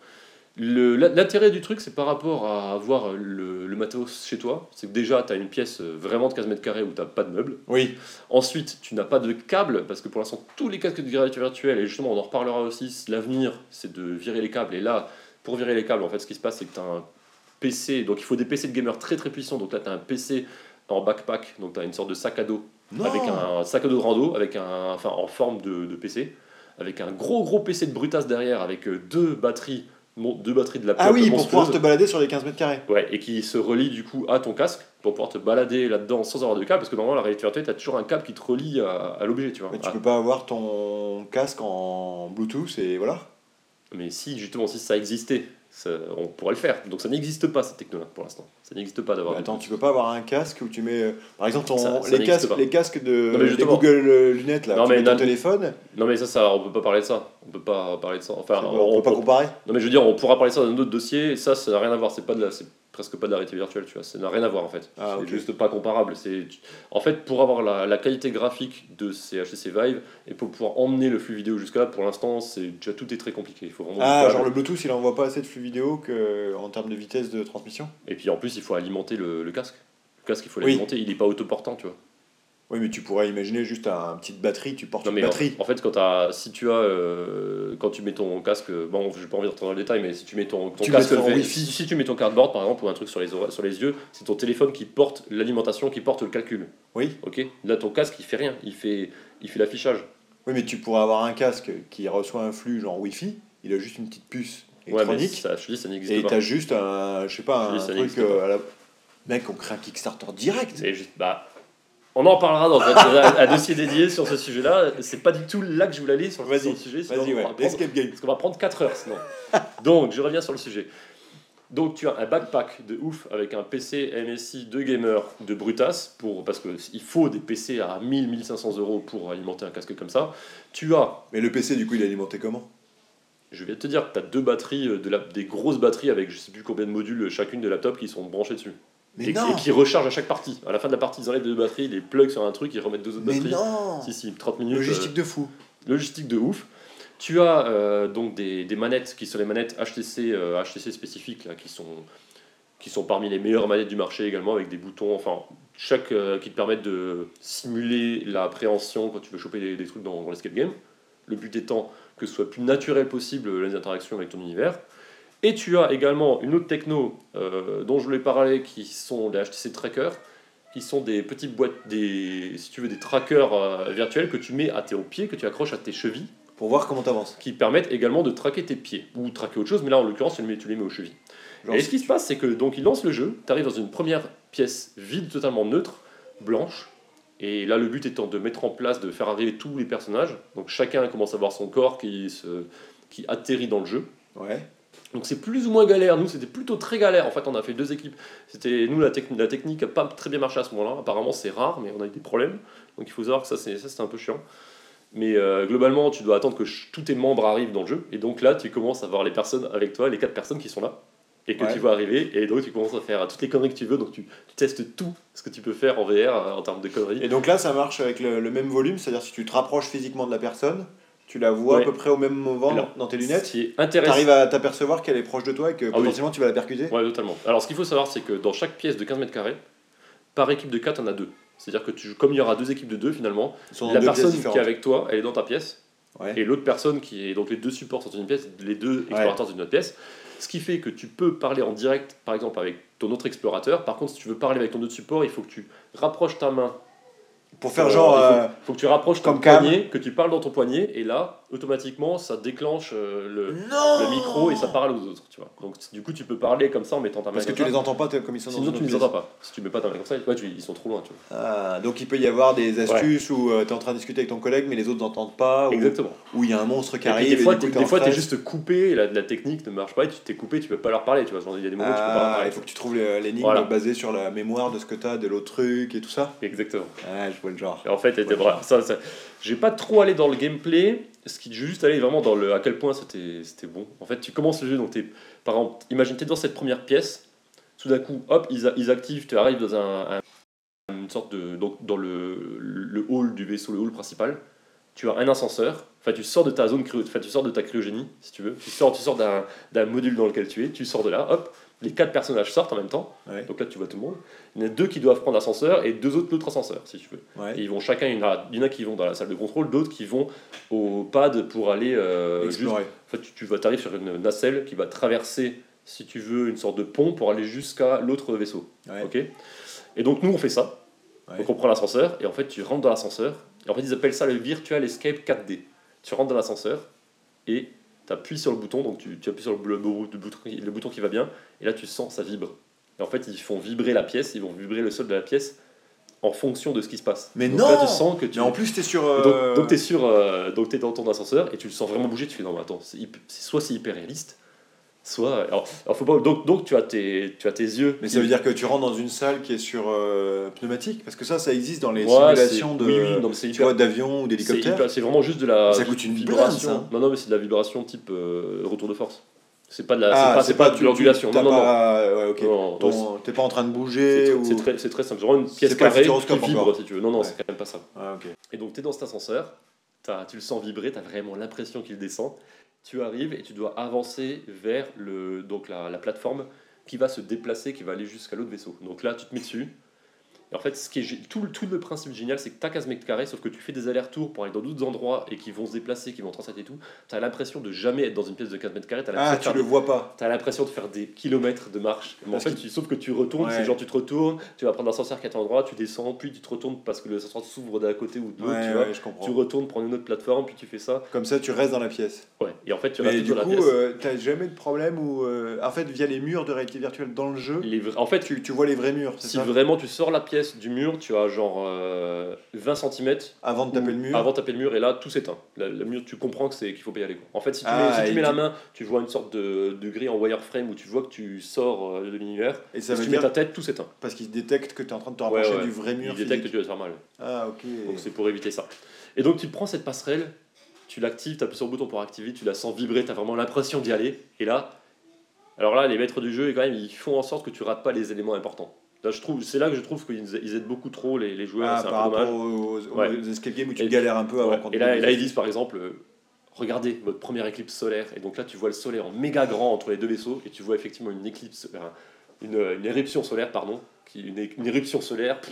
B: Le- la- L'intérêt du truc, c'est par rapport à avoir le, le matos chez toi. C'est que déjà, tu as une pièce euh, vraiment de 15 mètres carrés où tu pas de meubles.
A: Oui.
B: Ensuite, tu n'as pas de câble, parce que pour l'instant, tous les casques de réalité virtuelle, et justement, on en reparlera aussi, c'est- l'avenir, c'est de virer les câbles. Et là, pour virer les câbles, en fait, ce qui se passe, c'est que tu as un PC. Donc il faut des PC de gamers très très puissants. Donc là, tu as un PC en backpack, donc tu as une sorte de sac à dos
A: Non.
B: avec un sac à dos de rando, avec un, enfin, en forme de, de PC, avec un gros gros PC de Brutas derrière, avec euh, deux batteries, mon- deux batteries de la
A: Ah oui, pour pouvoir te balader sur les 15 mètres carrés.
B: Ouais, et qui se relie du coup à ton casque pour pouvoir te balader là-dedans sans avoir de câble, parce que normalement la réalité virtuelle, t'as toujours un câble qui te relie à, à l'objet, tu vois.
A: Mais
B: Ah,
A: tu peux pas avoir ton casque en Bluetooth et voilà.
B: Mais si justement si ça existait, ça- on pourrait le faire. Donc ça n'existe pas cette techno-là pour l'instant. Ça n'existe pas d'avoir.
A: Mais attends, tu peux pas avoir un casque où tu mets. euh, Par exemple, ton...
B: Ça- ça
A: les,
B: n'existe
A: casques,
B: pas.
A: les casques de
B: Non, mais
A: des
B: justement.
A: Google euh, lunettes là,
B: Non,
A: tu
B: mais
A: mets ton
B: là-
A: téléphone,
B: Non mais ça, ça, on peut pas parler de ça. On peut pas parler de ça. Enfin,
A: on, peut pas comparer.
B: Non mais je veux dire, on pourra parler ça dans un autre dossier, et ça, ça n'a rien à voir, c'est pas de la, c'est presque pas de la réalité virtuelle, tu vois, ça n'a rien à voir en fait.
A: Ah,
B: c'est
A: ok.
B: juste pas comparable. C'est, tu- en fait, pour avoir la, la qualité graphique de ces HTC Vive et pour pouvoir emmener le flux vidéo jusqu'à là, pour l'instant, c'est déjà tout est très compliqué. Il faut vraiment.
A: Ah,
B: du
A: genre
B: câble.
A: le Bluetooth, il envoie pas assez de flux vidéo que euh, en termes de vitesse de transmission.
B: Et puis en plus, il faut alimenter le, le casque. Le casque, il faut
A: Oui.
B: l'alimenter. Il n'est pas autoportant, tu vois.
A: Oui, mais tu pourrais imaginer juste un une petite batterie, tu portes
B: Non,
A: une
B: mais en,
A: batterie.
B: en fait, quand t'as- si tu as, euh, quand tu mets ton casque, euh, bon, j'ai pas envie de rentrer dans le détail, mais si tu mets ton, ton
A: Tu
B: casque,
A: mets ton
B: levé-
A: Wi-Fi.
B: si, si tu mets ton cardboard par exemple ou un truc sur les ore- sur les yeux, c'est ton téléphone qui porte l'alimentation, qui porte le calcul.
A: Oui.
B: Ok. Là, ton casque, il fait rien, il fait, il fait l'affichage.
A: Oui, mais tu pourrais avoir un casque qui reçoit un flux genre Wi-Fi, il a juste une petite puce
B: Ouais, mais
A: électronique,
B: ça, je te dis, ça
A: et
B: n'existe pas.
A: t'as juste un, je sais pas,
B: Oui,
A: un
B: ça
A: truc
B: n'existe
A: euh,
B: pas.
A: à la... Mec, on crée un Kickstarter direct
B: C'est juste, bah, on en parlera dans un, *laughs* un dossier dédié sur ce sujet-là. C'est pas du tout là que je voulais aller sur,
A: Vas-y,
B: sur le sujet. sinon
A: Vas-y,
B: on va
A: ouais,
B: prendre-
A: l'escape game.
B: Parce qu'on va prendre 4 heures sinon. Donc, je reviens sur le sujet. Donc, tu as un backpack de ouf avec un PC MSI de gamer de Brutas, pour, parce qu'il faut des PC à 1000-1500 euros pour alimenter un casque comme ça. Tu as,
A: Mais le PC, du coup, il est alimenté comment
B: je vais te dire, tu as deux batteries, euh, de la- des grosses batteries avec je sais plus combien de modules chacune de laptop qui sont branchés dessus.
A: Mais
B: et,
A: non
B: et qui rechargent à chaque partie. À la fin de la partie, ils enlèvent deux batteries, ils les pluguent sur un truc, ils remettent deux autres
A: Mais
B: batteries.
A: non
B: Si, si, 30 minutes. euh,
A: Logistique de fou.
B: logistique de ouf. Tu as euh, donc des, des manettes qui sont les manettes HTC, euh, HTC spécifiques, là, qui, sont, qui sont parmi les meilleures manettes du marché également, avec des boutons, enfin, chaque euh, qui te permettent de simuler l'appréhension quand tu veux choper des, des trucs dans, dans l'escape game. Le but étant que ce soit plus naturel possible euh, les interactions avec ton univers. Et tu as également une autre techno euh, dont je voulais parler qui sont les HTC Tracker, qui sont des petites boîtes, des, si tu veux, des trackers euh, virtuels que tu mets à tes aux pieds, que tu accroches à tes chevilles,
A: Pour voir comment t'avances.
B: qui permettent également de traquer tes pieds ou traquer autre chose, mais là en l'occurrence tu les mets, tu les mets aux chevilles.
A: Genre,
B: Et ce qui se passe, c'est que donc il lance le jeu, tu arrives dans une première pièce vide, totalement neutre, blanche, et là le but étant de mettre en place, de faire arriver tous les personnages, donc chacun commence à voir son corps qui, se, qui atterrit dans le jeu.
A: Ouais.
B: Donc c'est plus ou moins galère. Nous, c'était plutôt très galère. En fait, on a fait deux équipes. C'était nous la, techni- la technique n'a pas très bien marché à ce moment-là. Apparemment, c'est rare, mais on a eu des problèmes. Donc il faut savoir que ça, c'est ça, c'était un peu chiant. Mais euh, globalement, tu dois attendre que ch- tous tes membres arrivent dans le jeu. Et donc là, tu commences à voir les personnes avec toi, les quatre personnes qui sont là, et que
A: Ouais.
B: tu vois arriver. Et donc tu commences à faire toutes les conneries que tu veux. Donc tu, tu testes tout ce que tu peux faire en VR euh, en termes de conneries.
A: Et donc là, ça marche avec le, le même volume, c'est-à-dire si tu te rapproches physiquement de la personne, tu la vois
B: Ouais.
A: à peu près au même moment
B: Alors,
A: dans tes
B: Ce
A: lunettes,
B: qui est
A: tu
B: intéressant.
A: arrives à t'apercevoir qu'elle est proche de toi et que
B: Ah oui.
A: potentiellement tu vas la percuter.
B: Ouais, totalement. Alors, ce qu'il faut savoir, c'est que dans chaque pièce de 15 mètres carrés, par équipe de 4, on a deux. C'est-à-dire que tu, comme il y aura deux équipes de deux, finalement,
A: Ils sont dans
B: la
A: deux pièces
B: personne qui
A: différentes.
B: est avec toi, elle est dans ta pièce.
A: Ouais.
B: et l'autre personne qui est donc les deux supports sont dans une pièce, les deux explorateurs sont dans une autre pièce. Ce qui fait que tu peux parler en direct, par exemple, avec ton autre explorateur. Par contre, si tu veux parler avec ton autre support, il faut que tu rapproches ta main.
A: Pour faire
B: euh,
A: genre.
B: il faut,
A: euh,
B: faut que tu rapproches ton
A: comme Cam.
B: poignet, que tu parles dans ton poignet, et là, automatiquement, ça déclenche euh, le,
A: Non
B: le micro et ça parle aux autres, tu vois. Donc du coup, tu peux parler comme ça en mettant ta main.
A: Parce que
B: comme
A: tu
B: ça.
A: les entends pas t'es- comme ils sont dans
B: Sinon,
A: une
B: tu ne
A: autre
B: les
A: pièce.
B: entends pas. Si tu mets pas ta main comme ça, ouais, tu- ils sont trop loin, tu vois.
A: Ah, donc il peut y avoir des astuces où tu es en train de discuter avec ton collègue mais les autres n'entendent pas, ou-
B: Exactement.
A: ou il y a un monstre qui
B: Ah, Et puis,
A: arrive.
B: des fois,
A: et du coup,
B: t'es-
A: t'es
B: des
A: en
B: fois, t'es
A: face.
B: juste coupé, la, la technique ne marche pas, et tu t'es coupé, tu peux pas leur parler, tu vois. Genre, Il y a des moments où tu peux pas leur
A: Ah,
B: parler.
A: il faut que tu trouves le- l'énigme
B: Voilà.
A: basée sur la mémoire de ce que tu as, de l'autre truc et tout ça.
B: Exactement.
A: Ah, je vois le genre.
B: Et en fait, elle était
A: Ouais.
B: voilà, ça, ça- j'ai pas trop allé dans le gameplay, ce qui j'ai juste allé vraiment dans le à quel point c'était c'était bon. En fait, tu commences le jeu, donc t'es par exemple, imagine t'es dans cette première pièce, tout d'un coup, hop, ils, a- ils activent, tu arrives dans un, un- une sorte de donc dans le, le hall du vaisseau, le hall principal. Tu as un ascenseur. Enfin, tu sors de ta zone cryo, enfin, tu sors de ta cryogénie, si tu veux. Tu sors, tu sors d'un d'un module dans lequel tu es. Tu sors de là, hop. Les quatre personnages sortent en même temps.
A: Ouais.
B: Donc là, tu vois tout le monde. Il y en a deux qui doivent prendre l'ascenseur et deux autres l'autre ascenseur, si tu veux.
A: Ouais.
B: Et ils vont chacun, il y en a, il y en a qui vont dans la salle de contrôle, d'autres qui vont au pad pour aller euh, juste.
A: Explorer.
B: En fait, tu, tu vas t'arrives sur une nacelle qui va traverser, si tu veux, une sorte de pont pour aller jusqu'à l'autre vaisseau.
A: Ouais.
B: Ok. Et donc nous, on fait ça.
A: Ouais.
B: Donc on prend l'ascenseur et en fait, tu rentres dans l'ascenseur. Et en fait, ils appellent ça le virtual escape 4D. Tu rentres dans l'ascenseur et tu appuies sur le bouton, donc tu, tu appuies sur le, bou- le bou- le bouton, le bouton qui va bien, et là tu sens ça vibre. Et en fait, ils font vibrer la pièce, ils vont vibrer le sol de la pièce en fonction de ce qui se passe.
A: Mais
B: Donc
A: non
B: là, tu sens que tu
A: Mais en plus, t'es sur. euh,
B: donc, donc t'es sûr, euh, donc t'es dans ton ascenseur et tu le sens vraiment bouger. Tu fais non, mais attends, c'est hyp- c'est- soit c'est hyper réaliste, soit alors, alors faut pas. Donc, donc tu as tes, tu as tes yeux.
A: Mais ça veut dire que tu rentres dans une salle qui est sur euh, pneumatique Parce que ça, ça existe dans les
B: Ouais,
A: simulations
B: c'est-
A: de.
B: oui, oui, non, mais c'est
A: tu
B: hyper-
A: vois, d'avion ou
B: c'est
A: d'hélicoptère.
B: hyper- c'est vraiment juste de la.
A: Ça coûte une
B: vibration.
A: blinde, ça.
B: Non, non, mais c'est de la vibration type euh, retour de force. C'est pas de la,
A: Ah,
B: c'est pas, c'est pas de
A: tu-
B: l'ondulation.
A: tu-
B: Non,
A: t'as
B: non, non.
A: pas- euh, ouais, ok.
B: Non, non,
A: Ton- T'es pas en train de
B: c'est-
A: bouger
B: c'est
A: ou.
B: c'est très, c'est très simple. C'est vraiment une
A: pas
B: pièce
A: le
B: carrée qui
A: futuroscope
B: vibre
A: encore.
B: si tu veux. Non, non,
A: Ouais.
B: c'est quand même pas ça.
A: Ah, ok.
B: Et donc, tu es dans cet ascenseur, t'as- tu le sens vibrer, tu as vraiment l'impression qu'il descend. Tu arrives et tu dois avancer vers le, donc la, la plateforme qui va se déplacer, qui va aller jusqu'à l'autre vaisseau. Donc là, tu te mets dessus. Et en fait, ce qui est, gé- tout, le, tout le principe génial, c'est que tu 15 mètres carrés, sauf que tu fais des allers-retours pour aller dans d'autres endroits et qui vont se déplacer, qui vont transiter et tout. Tu as l'impression de jamais être dans une pièce de 15 mètres carrés. t'as l'impression
A: Ah,
B: de
A: tu
B: faire
A: le vois pas.
B: T'as l'impression de faire des kilomètres de marche. Mais en
A: Parce
B: fait,
A: que-
B: tu, sauf que tu retournes,
A: Ouais.
B: c'est genre tu te retournes, tu vas prendre l'ascenseur qui est à un endroit, tu descends, puis tu te retournes parce que l'ascenseur s'ouvre d'un côté ou de l'autre,
A: Ouais,
B: tu vois.
A: ouais, je
B: Tu
A: comprends.
B: retournes prendre une autre plateforme, puis tu fais ça.
A: Comme ça, tu restes dans la pièce.
B: Ouais. Et en fait, tu restes
A: Mais du
B: toujours
A: coup,
B: dans la pièce.
A: euh, t'as jamais de problème où, euh, en fait, via les murs de réalité virtuelle dans le jeu,
B: Les vra- En fait,
A: tu, tu vois les vrais murs, c'est
B: si
A: ça
B: vraiment tu sors la pièce du mur, tu as genre euh, 20 cm
A: Avant de taper le mur.
B: Avant de taper le mur, et là, tout s'éteint. Le, le mur, tu comprends que c'est qu'il faut pas y aller. quoi. En fait, si tu
A: Ah,
B: mets, si tu
A: et
B: mets
A: tu-
B: la main, tu vois une sorte de, de grille en wireframe où tu vois que tu sors euh, de l'univers.
A: Et ça
B: Si
A: veut
B: tu mets
A: dire
B: ta tête, tout s'éteint.
A: parce qu'ils détectent que t'es en train de te
B: Ouais,
A: rapprocher
B: ouais.
A: du vrai
B: Ils
A: mur.
B: détectent que
A: physique.
B: tu vas te faire mal.
A: Ah ok.
B: Donc c'est pour éviter ça. Et donc tu prends cette passerelle, tu l'actives, tu appuies sur le bouton pour activer, tu la sens vibrer, tu as vraiment l'impression d'y aller. Et là, alors là, les maîtres du jeu, quand même, ils font en sorte que tu rates pas les éléments importants. Là, je trouve, c'est là que je trouve qu'ils ils aident beaucoup trop les, les joueurs,
A: Ah,
B: c'est
A: par
B: un peu
A: rapport
B: dommage.
A: aux, aux-
B: Ouais.
A: aux escape games où tu
B: Et-
A: galères un peu avant
B: Ouais.
A: quand
B: Et
A: tu-
B: là, et là, ils disent par exemple, euh, regardez votre première éclipse solaire. Et donc là, tu vois le soleil en méga grand entre les deux vaisseaux et tu vois effectivement une éclipse, euh, une, euh, une éruption solaire, pardon, qui, une, é- une éruption solaire. pff,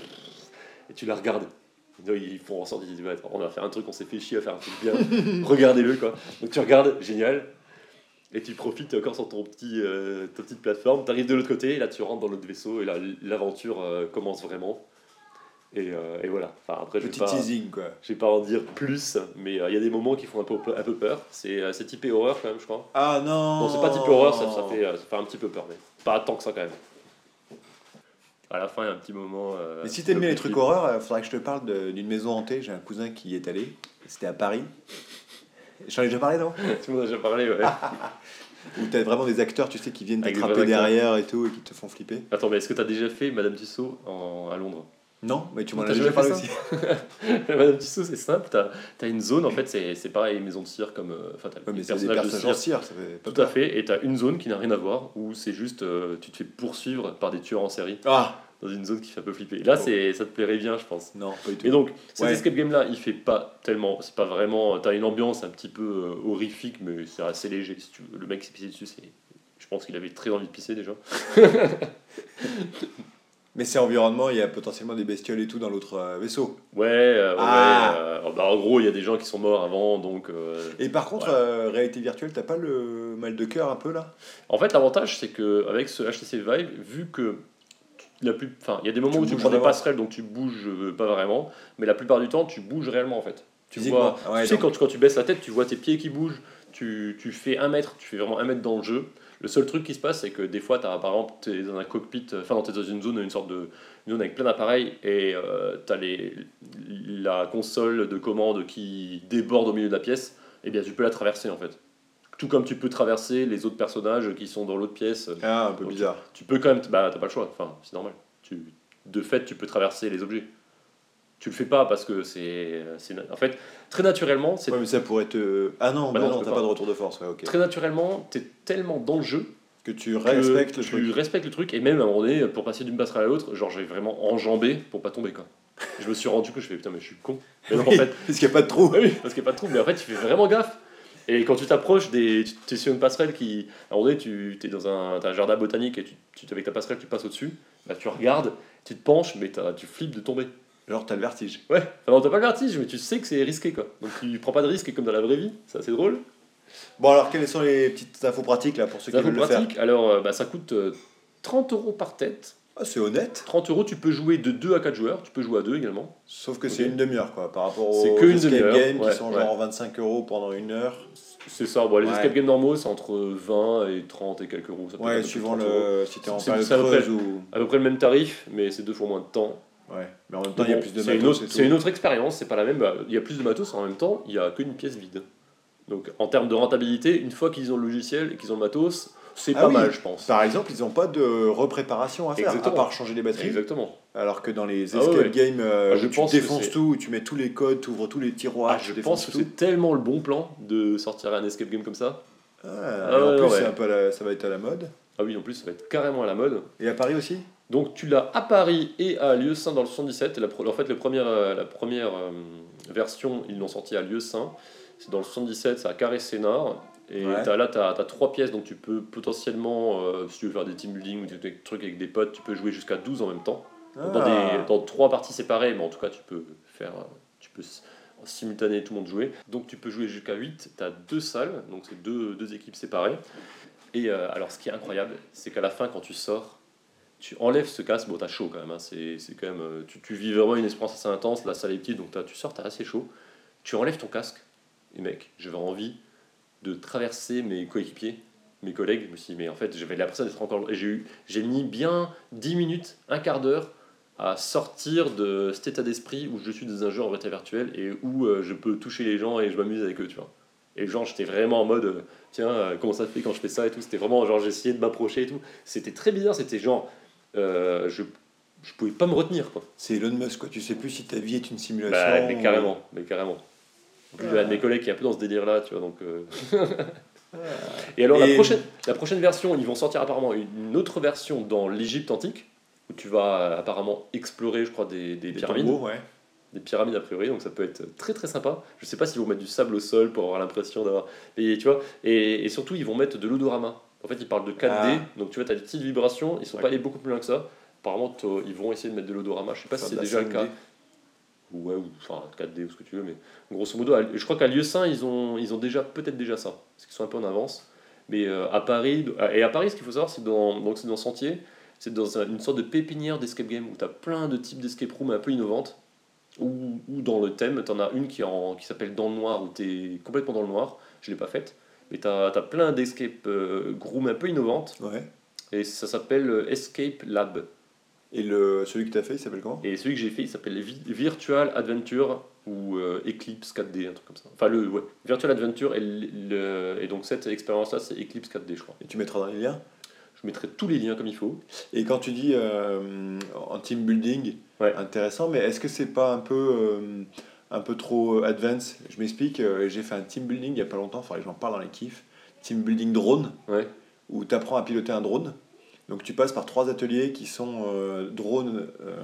B: Et tu la regardes. Et donc, Ils font en sorte, ils disent, Ouais, on a fait un truc, on s'est fait chier à faire un truc bien. Regardez-le quoi. Donc tu regardes, génial. Et tu profites encore sur ton petit, euh, ta petite plateforme. Tu arrives de l'autre côté, et là tu rentres dans l'autre vaisseau et là l'aventure euh, commence vraiment. Et, euh, et voilà. Enfin, après, je vais
A: Petit
B: pas-
A: teasing quoi.
B: je vais pas en dire plus, mais euh, il y a des moments qui font un peu, un peu peur. C'est euh, c'est typé horreur quand même, je crois.
A: Ah non.
B: Non, c'est pas typé horreur, ça, ça fait, euh, ça fait un petit peu peur, mais pas tant que ça quand même. À la fin, il y a un petit moment. euh,
A: Mais si
B: un
A: t'aimes
B: peu
A: les
B: creepy.
A: trucs horreurs, il faudrait que je te parle de- d'une maison hantée. J'ai un cousin qui y est allé. C'était à Paris. J'en ai déjà parlé, non
B: *laughs* Tout le monde a déjà parlé, ouais.
A: Ah. Où t'as vraiment des acteurs, tu sais, qui viennent
B: Avec des
A: t'attraper
B: vrais acteurs.
A: derrière et tout et qui te font flipper.
B: Attends, mais est-ce que t'as déjà fait Madame Tussaud en- à Londres *laughs*
A: Non, mais tu m'en
B: T'as
A: as déjà
B: jamais fait
A: parlé
B: ça
A: aussi.
B: Madame Tussaud, c'est simple, t'as as une zone, en fait, c'est c'est pareil, maison de cirque, comme. euh, Enfin, t'as
A: Ouais,
B: les
A: mais c'est des
B: personnages de
A: personnages en cire,
B: cirque.
A: ça fait pas
B: Tout à
A: peur.
B: fait, et t'as une zone qui n'a rien à voir, où c'est juste, euh, tu te fais poursuivre par des tueurs en série,
A: Ah
B: dans une zone qui fait un peu flipper.
A: Oh.
B: Là, c'est ça te plairait bien, je pense.
A: Non, pas du tout.
B: Et donc, cet
A: Ouais.
B: escape game là, il fait pas tellement. C'est pas vraiment. T'as une ambiance un petit peu euh, horrifique, mais c'est assez léger. Si tu veux. Le mec qui s'est pissé dessus, c'est. Je pense qu'il avait très envie de pisser déjà.
A: Mais c'est environnement, il y a potentiellement des bestioles et tout dans l'autre euh, vaisseau.
B: Ouais, euh, ouais,
A: Ah.
B: euh, bah, en gros, il y a des gens qui sont morts avant, donc. euh,
A: Et par contre,
B: Ouais.
A: euh, réalité virtuelle, t'as pas le mal de cœur un peu là
B: En fait, l'avantage, c'est que avec ce HTC Vive, vu que la plus, enfin, il y a des moments
A: Tu
B: où tu
A: bouges
B: prends des
A: vraiment.
B: passerelles, donc tu bouges euh, pas vraiment, mais la plupart du temps, tu bouges réellement en fait. Tu
A: Physiquement.
B: vois,
A: Ah ouais,
B: tu sais
A: donc-
B: quand tu, quand tu baisses la tête, tu vois tes pieds qui bougent. Tu, tu fais un mètre, tu fais vraiment un mètre dans le jeu. Le seul truc qui se passe, c'est que des fois, t'as, par exemple, t'es dans un cockpit, euh, enfin, t'es dans une zone, une sorte de une zone avec plein d'appareils, et euh, t'as les, la console de commande qui déborde au milieu de la pièce. Et bien, tu peux la traverser en fait. Tout comme tu peux traverser les autres personnages qui sont dans l'autre pièce.
A: Ah, un peu
B: Ok.
A: bizarre.
B: Tu peux quand même, bah t'as pas le choix, enfin c'est normal. Tu, de fait, tu peux traverser les objets. Tu le fais pas parce que c'est, euh, c'est na- en fait très naturellement, c'est
A: Ouais, mais ça pourrait te. Ah non,
B: Bah
A: bah
B: non,
A: non,
B: tu peux
A: t'as
B: pas.
A: pas de retour de force, ouais, ok.
B: très naturellement, t'es tellement dans le jeu
A: Que tu
B: que
A: respectes le
B: tu *laughs*
A: truc.
B: respectes le truc et même à un moment donné, pour passer d'une passerelle à l'autre, genre j'ai vraiment enjambé pour pas tomber quoi. je me suis rendu que je fais putain mais je suis con. Mais non, en
A: Oui,
B: fait,
A: *laughs* Parce qu'il n'y a pas de trou.
B: Ouais, oui, parce qu'il n'y a pas de trouble, mais en fait, tu fais vraiment gaffe. Et quand tu t'approches, des... tu es sur une passerelle qui. À un moment donné, tu es dans un, t'as un jardin botanique et tu, tu- avec ta passerelle, tu passes au-dessus. Bah, tu regardes, tu te penches, mais t'as- tu flippes de tomber.
A: Genre, t'as le vertige.
B: Ouais, enfin, non, t'as pas le vertige, mais tu sais que c'est risqué quoi. Donc tu prends pas de risque comme dans la vraie vie, c'est assez drôle.
A: Bon, alors, quelles sont les petites infos pratiques là pour ceux qui
B: C'est un peu
A: veulent le faire
B: pratique. Alors, euh, bah, ça coûte euh, 30 euros par tête.
A: Ah, C'est honnête.
B: 30 euros, tu peux jouer de 2 à 4 joueurs, tu peux jouer à 2 également.
A: Sauf que
B: Ok.
A: c'est une demi-heure quoi, par rapport
B: C'est
A: aux
B: que une
A: escape
B: demi-heure,
A: games
B: ouais,
A: qui sont
B: ouais.
A: genre en 25 euros pendant une heure.
B: C'est ça, bon, les
A: Ouais.
B: escape games normaux, c'est entre 20 et 30 et quelques euros. ça peut être un
A: Ouais,
B: peu plus
A: suivant
B: 30 euros.
A: le. Si t'es en
B: C'est-
A: période
B: c'est à peu
A: creuse
B: près-
A: ou.
B: à peu près le même tarif, mais c'est deux fois moins de temps.
A: Ouais, mais en même temps, il y a
B: Bon,
A: plus de
B: c'est une
A: matos
B: autre,
A: et tout.
B: c'est une autre expérience, c'est pas la même. bah, Il y a plus de matos, en même temps, il y a qu'une pièce vide. Donc en termes de rentabilité, une fois qu'ils ont le logiciel et qu'ils ont le matos, c'est
A: Ah
B: pas
A: oui.
B: mal, je pense.
A: Par exemple, ils n'ont pas de repréparation à faire,
B: Exactement.
A: à part changer les batteries.
B: Exactement.
A: Alors que dans les
B: Ah
A: escape
B: ouais.
A: games, euh,
B: Ah, je
A: où tu
B: pense que
A: défonces
B: c'est-
A: tout, où tu mets tous les codes, tu ouvres tous les tiroirs,
B: Ah,
A: tu
B: je
A: défonces
B: pense que
A: tout.
B: c'est tellement le bon plan de sortir un escape game comme ça.
A: Ah,
B: Ah
A: et en
B: ouais,
A: plus,
B: ouais.
A: c'est un peu à la- ça va être à la mode.
B: Ah oui, en plus, ça va être carrément à la mode.
A: Et à Paris aussi
B: Donc tu l'as à Paris et à Lieu-Saint dans le 77. La pro- en fait, la première, euh, la première euh, version, ils l'ont sortie à Lieu-Saint. C'est dans le 77, c'est à Carré-Sénard. Et
A: Ouais.
B: t'as- là, tu as, trois pièces, donc tu peux potentiellement, euh, si tu veux faire des team building ou des, des trucs avec des potes, tu peux jouer jusqu'à 12 en même temps. Donc, Dans,
A: Ah.
B: des- dans trois parties séparées, mais en tout cas, tu peux faire... euh, Tu peux s- en simultané tout le monde jouer. Donc tu peux jouer jusqu'à 8, tu as deux salles, donc c'est deux, deux équipes séparées. Et euh, alors ce qui est incroyable, c'est qu'à la fin quand tu sors, tu enlèves ce casque, bon t'as chaud quand même, hein, c'est c'est quand même, euh, tu, tu vis vraiment une expérience assez intense, la salle est petite, donc t'as- tu sors, t'as assez chaud, tu enlèves ton casque, et mec, j'avais envie de traverser mes coéquipiers, mes collègues, je me suis dit, mais en fait j'avais l'impression d'être encore, et j'ai eu- j'ai mis bien 10 minutes, un quart d'heure à sortir de cet état d'esprit où je suis dans un jeu en réalité virtuelle et où euh, je peux toucher les gens et je m'amuse avec eux, tu vois. Et genre, j'étais vraiment en mode, euh, tiens, euh, comment ça se fait quand je fais ça et tout. C'était vraiment, genre, j'essayais de m'approcher et tout. C'était très bizarre, c'était genre, euh, je, je pouvais pas me retenir, quoi.
A: C'est Elon Musk, quoi. Tu sais plus si ta vie est une simulation.
B: Bah, mais
A: ou-
B: carrément, mais carrément. En plus, j'ai un de mes collègues qui est un peu dans ce délire-là, tu vois, donc... euh, *laughs* et alors, la,
A: Et-
B: prochaine, la prochaine version, ils vont sortir apparemment une autre version dans l'Égypte antique, où tu vas euh, apparemment explorer, je crois, des, des
A: Des
B: pyramides.
A: tombeaux, ouais.
B: des pyramides a priori, donc ça peut être très très sympa. Je sais pas s'ils vont mettre du sable au sol pour avoir l'impression d'avoir. Et tu vois, et, et surtout ils vont mettre de l'odorama. En fait, ils parlent de 4D,
A: Ah.
B: donc tu vois, t'as des petites vibrations, ils sont pas allés beaucoup plus loin que ça. Apparemment, t'as- ils vont essayer de mettre de l'odorama. Je sais pas si c'est
A: Faire de la
B: déjà le cas.
A: 5D.
B: Ouais, ou enfin 4D ou ce que tu veux, mais grosso modo, à- je crois qu'à Lieu Saint, ils ont, ils ont déjà peut-être déjà ça, parce qu'ils sont un peu en avance. Mais euh, à Paris, et à Paris, ce qu'il faut savoir, c'est dans, donc c'est dans Sentier, c'est dans un- une sorte de pépinière d'escape game où tu as plein de types d'escape room un peu innovantes, ou ou dans le thème, tu en as une qui, est en- qui s'appelle Dans le Noir, où tu es complètement dans le noir, je l'ai pas faite, mais tu as, plein d'escape euh, room un peu innovantes,
A: Ouais.
B: et ça s'appelle euh, Escape Lab.
A: Et le... celui que t'as fait, il s'appelle comment
B: Et celui que j'ai fait, il s'appelle Vi- Virtual Adventure ou euh, Eclipse 4D, un truc comme ça. Enfin, le ouais, Virtual Adventure et, le- le- et donc cette expérience-là, c'est Eclipse 4D, je crois.
A: Et tu mettras dans les liens.
B: Je mettrai tous les liens comme il faut.
A: Et quand tu dis euh, en team building,
B: Ouais.
A: intéressant, mais est-ce que c'est pas un peu, euh, un peu trop euh, advanced Je m'explique, euh, j'ai fait un team building il y a pas longtemps, il faudrait que j'en parle dans les kiffs. Team building drone,
B: Ouais.
A: où tu apprends à piloter un drone. Donc tu passes par trois ateliers qui sont euh, drones euh,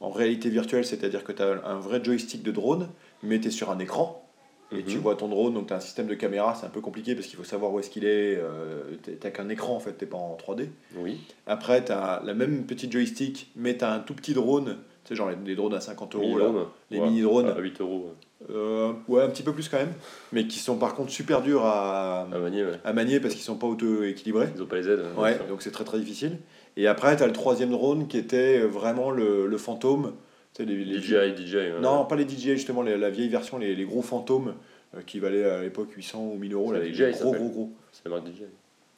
A: en réalité virtuelle, c'est-à-dire que tu as un vrai joystick de drone, mais tu es sur un écran. et
B: Mhm.
A: tu vois ton drone, donc tu as un système de caméra, c'est un peu compliqué parce qu'il faut savoir où est-ce qu'il est, euh, t'es- t'as qu'un écran en fait, t'es pas en 3D.
B: Oui.
A: Après, tu as la même petite joystick, mais tu as un tout petit drone, tu sais, genre les, les drones à 50 euros, là.
B: Mini-drone.
A: les
B: Ouais.
A: mini-drones,
B: À 8 euros
A: Euh, ouais, un petit peu plus quand même, mais qui sont par contre super durs à,
B: à manier, ouais.
A: à manier parce qu'ils sont pas auto-équilibrés.
B: Ils ont pas les aides. hein.
A: Ouais, donc c'est très très difficile. Et après, tu as le troisième drone qui était vraiment le, le fantôme. Tu sais, les, les-
B: DJI, DJI. euh, ouais.
A: Non, pas les DJI, justement, les- la vieille version, les, les gros fantômes euh, qui valaient à l'époque 800 ou 1000 euros.
B: C'est
A: Là,
B: la
A: les
B: DJI, ça
A: gros,
B: s'appelle.
A: gros, gros.
B: C'est la marque DJI.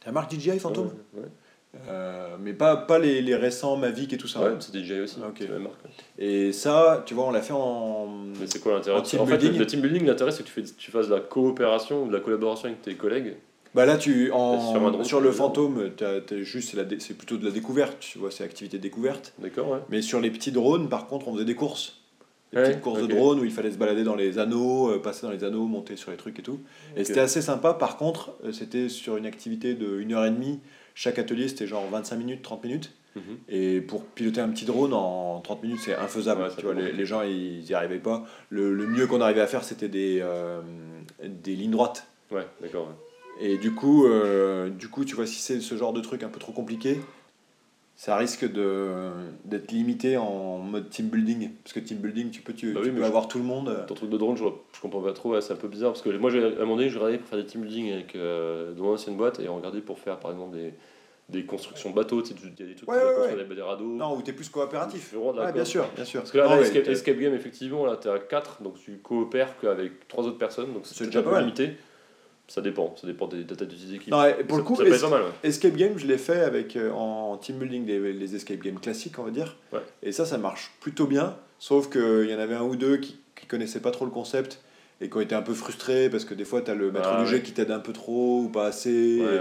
A: La marque DJI fantôme
B: Ouais, ouais.
A: Euh, Mais pas, pas les, les récents Mavic et tout ça.
B: Ouais, c'est DJI aussi.
A: Ah, ok.
B: C'est la marque.
A: Et ça, tu vois, on l'a fait en.
B: Mais c'est quoi l'intérêt
A: En team
B: En fait, le-
A: building.
B: le team building, l'intérêt, c'est que tu, fais, tu fasses de la coopération ou de la collaboration avec tes collègues.
A: Bah là, tu, en,
B: Sur un drone,
A: sur,
B: tu
A: le
B: peux-
A: fantôme, t'as- t'as juste, c'est la dé- c'est plutôt de la découverte, tu vois, c'est activité découverte.
B: D'accord, ouais.
A: Mais sur les petits drones, par contre, on faisait des courses. Des
B: Ouais,
A: petites courses
B: ok.
A: de drones où il fallait se balader dans les anneaux, euh, passer dans les anneaux, monter sur les trucs et tout. Et
B: Ok.
A: c'était assez sympa. Par contre, euh, c'était sur une activité de 1h30. Chaque atelier, c'était genre 25 minutes, 30 minutes.
B: Mhm.
A: Et pour piloter un petit drone en 30 minutes, c'est infaisable.
B: Ouais, ça
A: tu vois,
B: dépend.
A: les, les gens, ils n'y arrivaient pas. Le, le mieux qu'on arrivait à faire, c'était des, euh, des lignes droites.
B: Ouais, d'accord. ouais.
A: Et du coup, euh, du coup, tu vois, si c'est ce genre de truc un peu trop compliqué, ça risque de d'être limité en mode team building. Parce que team building, tu peux, tu,
B: Bah
A: tu
B: oui, mais
A: peux
B: je-
A: avoir tout le monde.
B: Ton truc de drone, je, vois- je comprends pas trop, ouais, c'est un peu bizarre. Parce que moi, j'ai- à un moment donné, je regardais pour faire des team building avec, euh, dans mon ancienne boîte et on regardait pour faire, par exemple, des, des constructions de bateaux. Tu sais, il y a des trucs
A: Ouais,
B: pour
A: ouais,
B: construire des, des radeaux.
A: Non, ou t'es plus coopératif.
B: Tu rends de la
A: Ouais,
B: coop.
A: bien sûr, bien sûr.
B: Parce que là,
A: Non,
B: là,
A: ouais,
B: escape,
A: t'as-
B: Escape Game, effectivement, là, t'es à 4, donc tu coopères qu'avec 3 autres personnes, donc
A: C'est
B: c'est
A: déjà
B: déjà
A: pas
B: peu
A: mal.
B: limité. Ça dépend, ça dépend des, des têtes de tes équipes.
A: non, et pour le
B: Ça-
A: coup,
B: ça peut être
A: es-
B: pas mal, ouais.
A: Escape Game, je l'ai fait avec, euh, en team building, les, les escape games classiques, on va dire.
B: Ouais.
A: Et ça, ça marche plutôt bien. Sauf qu'il y en avait un ou deux qui, qui connaissaient pas trop le concept et qui ont été un peu frustrés parce que des fois, t'as le maître
B: Ah,
A: du jeu
B: ouais.
A: qui t'aide un peu trop ou pas assez.
B: Ouais, ouais,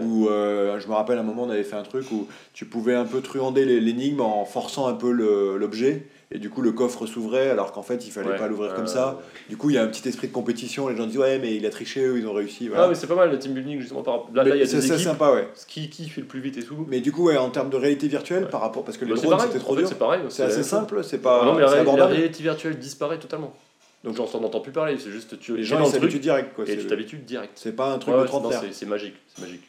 B: ouais.
A: Ou euh, je me rappelle un moment, on avait fait un truc où tu pouvais un peu truander les- l'énigme en forçant un peu le- l'objet, et du coup le coffre s'ouvrait alors qu'en fait il fallait
B: Ouais,
A: pas l'ouvrir
B: euh,
A: comme ça. Du coup, il y a un petit esprit de compétition, les gens disent ouais, mais il a triché ou ils ont réussi.
B: Ah,
A: Voilà.
B: mais c'est pas mal le team building, justement. Par... Là,
A: Mais
B: là, il y a
A: c'est
B: des
A: c'est
B: équipes.
A: sympa, ouais.
B: Ce qui, qui fait le plus vite et tout.
A: Mais du coup, ouais, en termes de réalité virtuelle,
B: Ouais.
A: par rapport. Parce que les
B: Bah, c'est
A: drones
B: pareil,
A: c'était
B: en
A: trop
B: fait,
A: dur.
B: c'est pareil.
A: C'est assez
B: la-
A: simple, c'est pas.
B: non, mais
A: Euh,
B: la,
A: c'est
B: ré- la
A: abordable.
B: réalité virtuelle disparaît totalement. Donc,
A: Donc-
B: genre, t'en entends plus parler, c'est juste tu
A: Les
B: es
A: gens
B: dans
A: ils
B: le
A: s'habituent
B: truc
A: direct, quoi.
B: et
A: c'est-
B: tu t'habitues direct.
A: C'est pas un truc
B: Ouais,
A: de
B: ouais, c'est- non,
A: trentenaire.
B: c'est- c'est magique, c'est magique.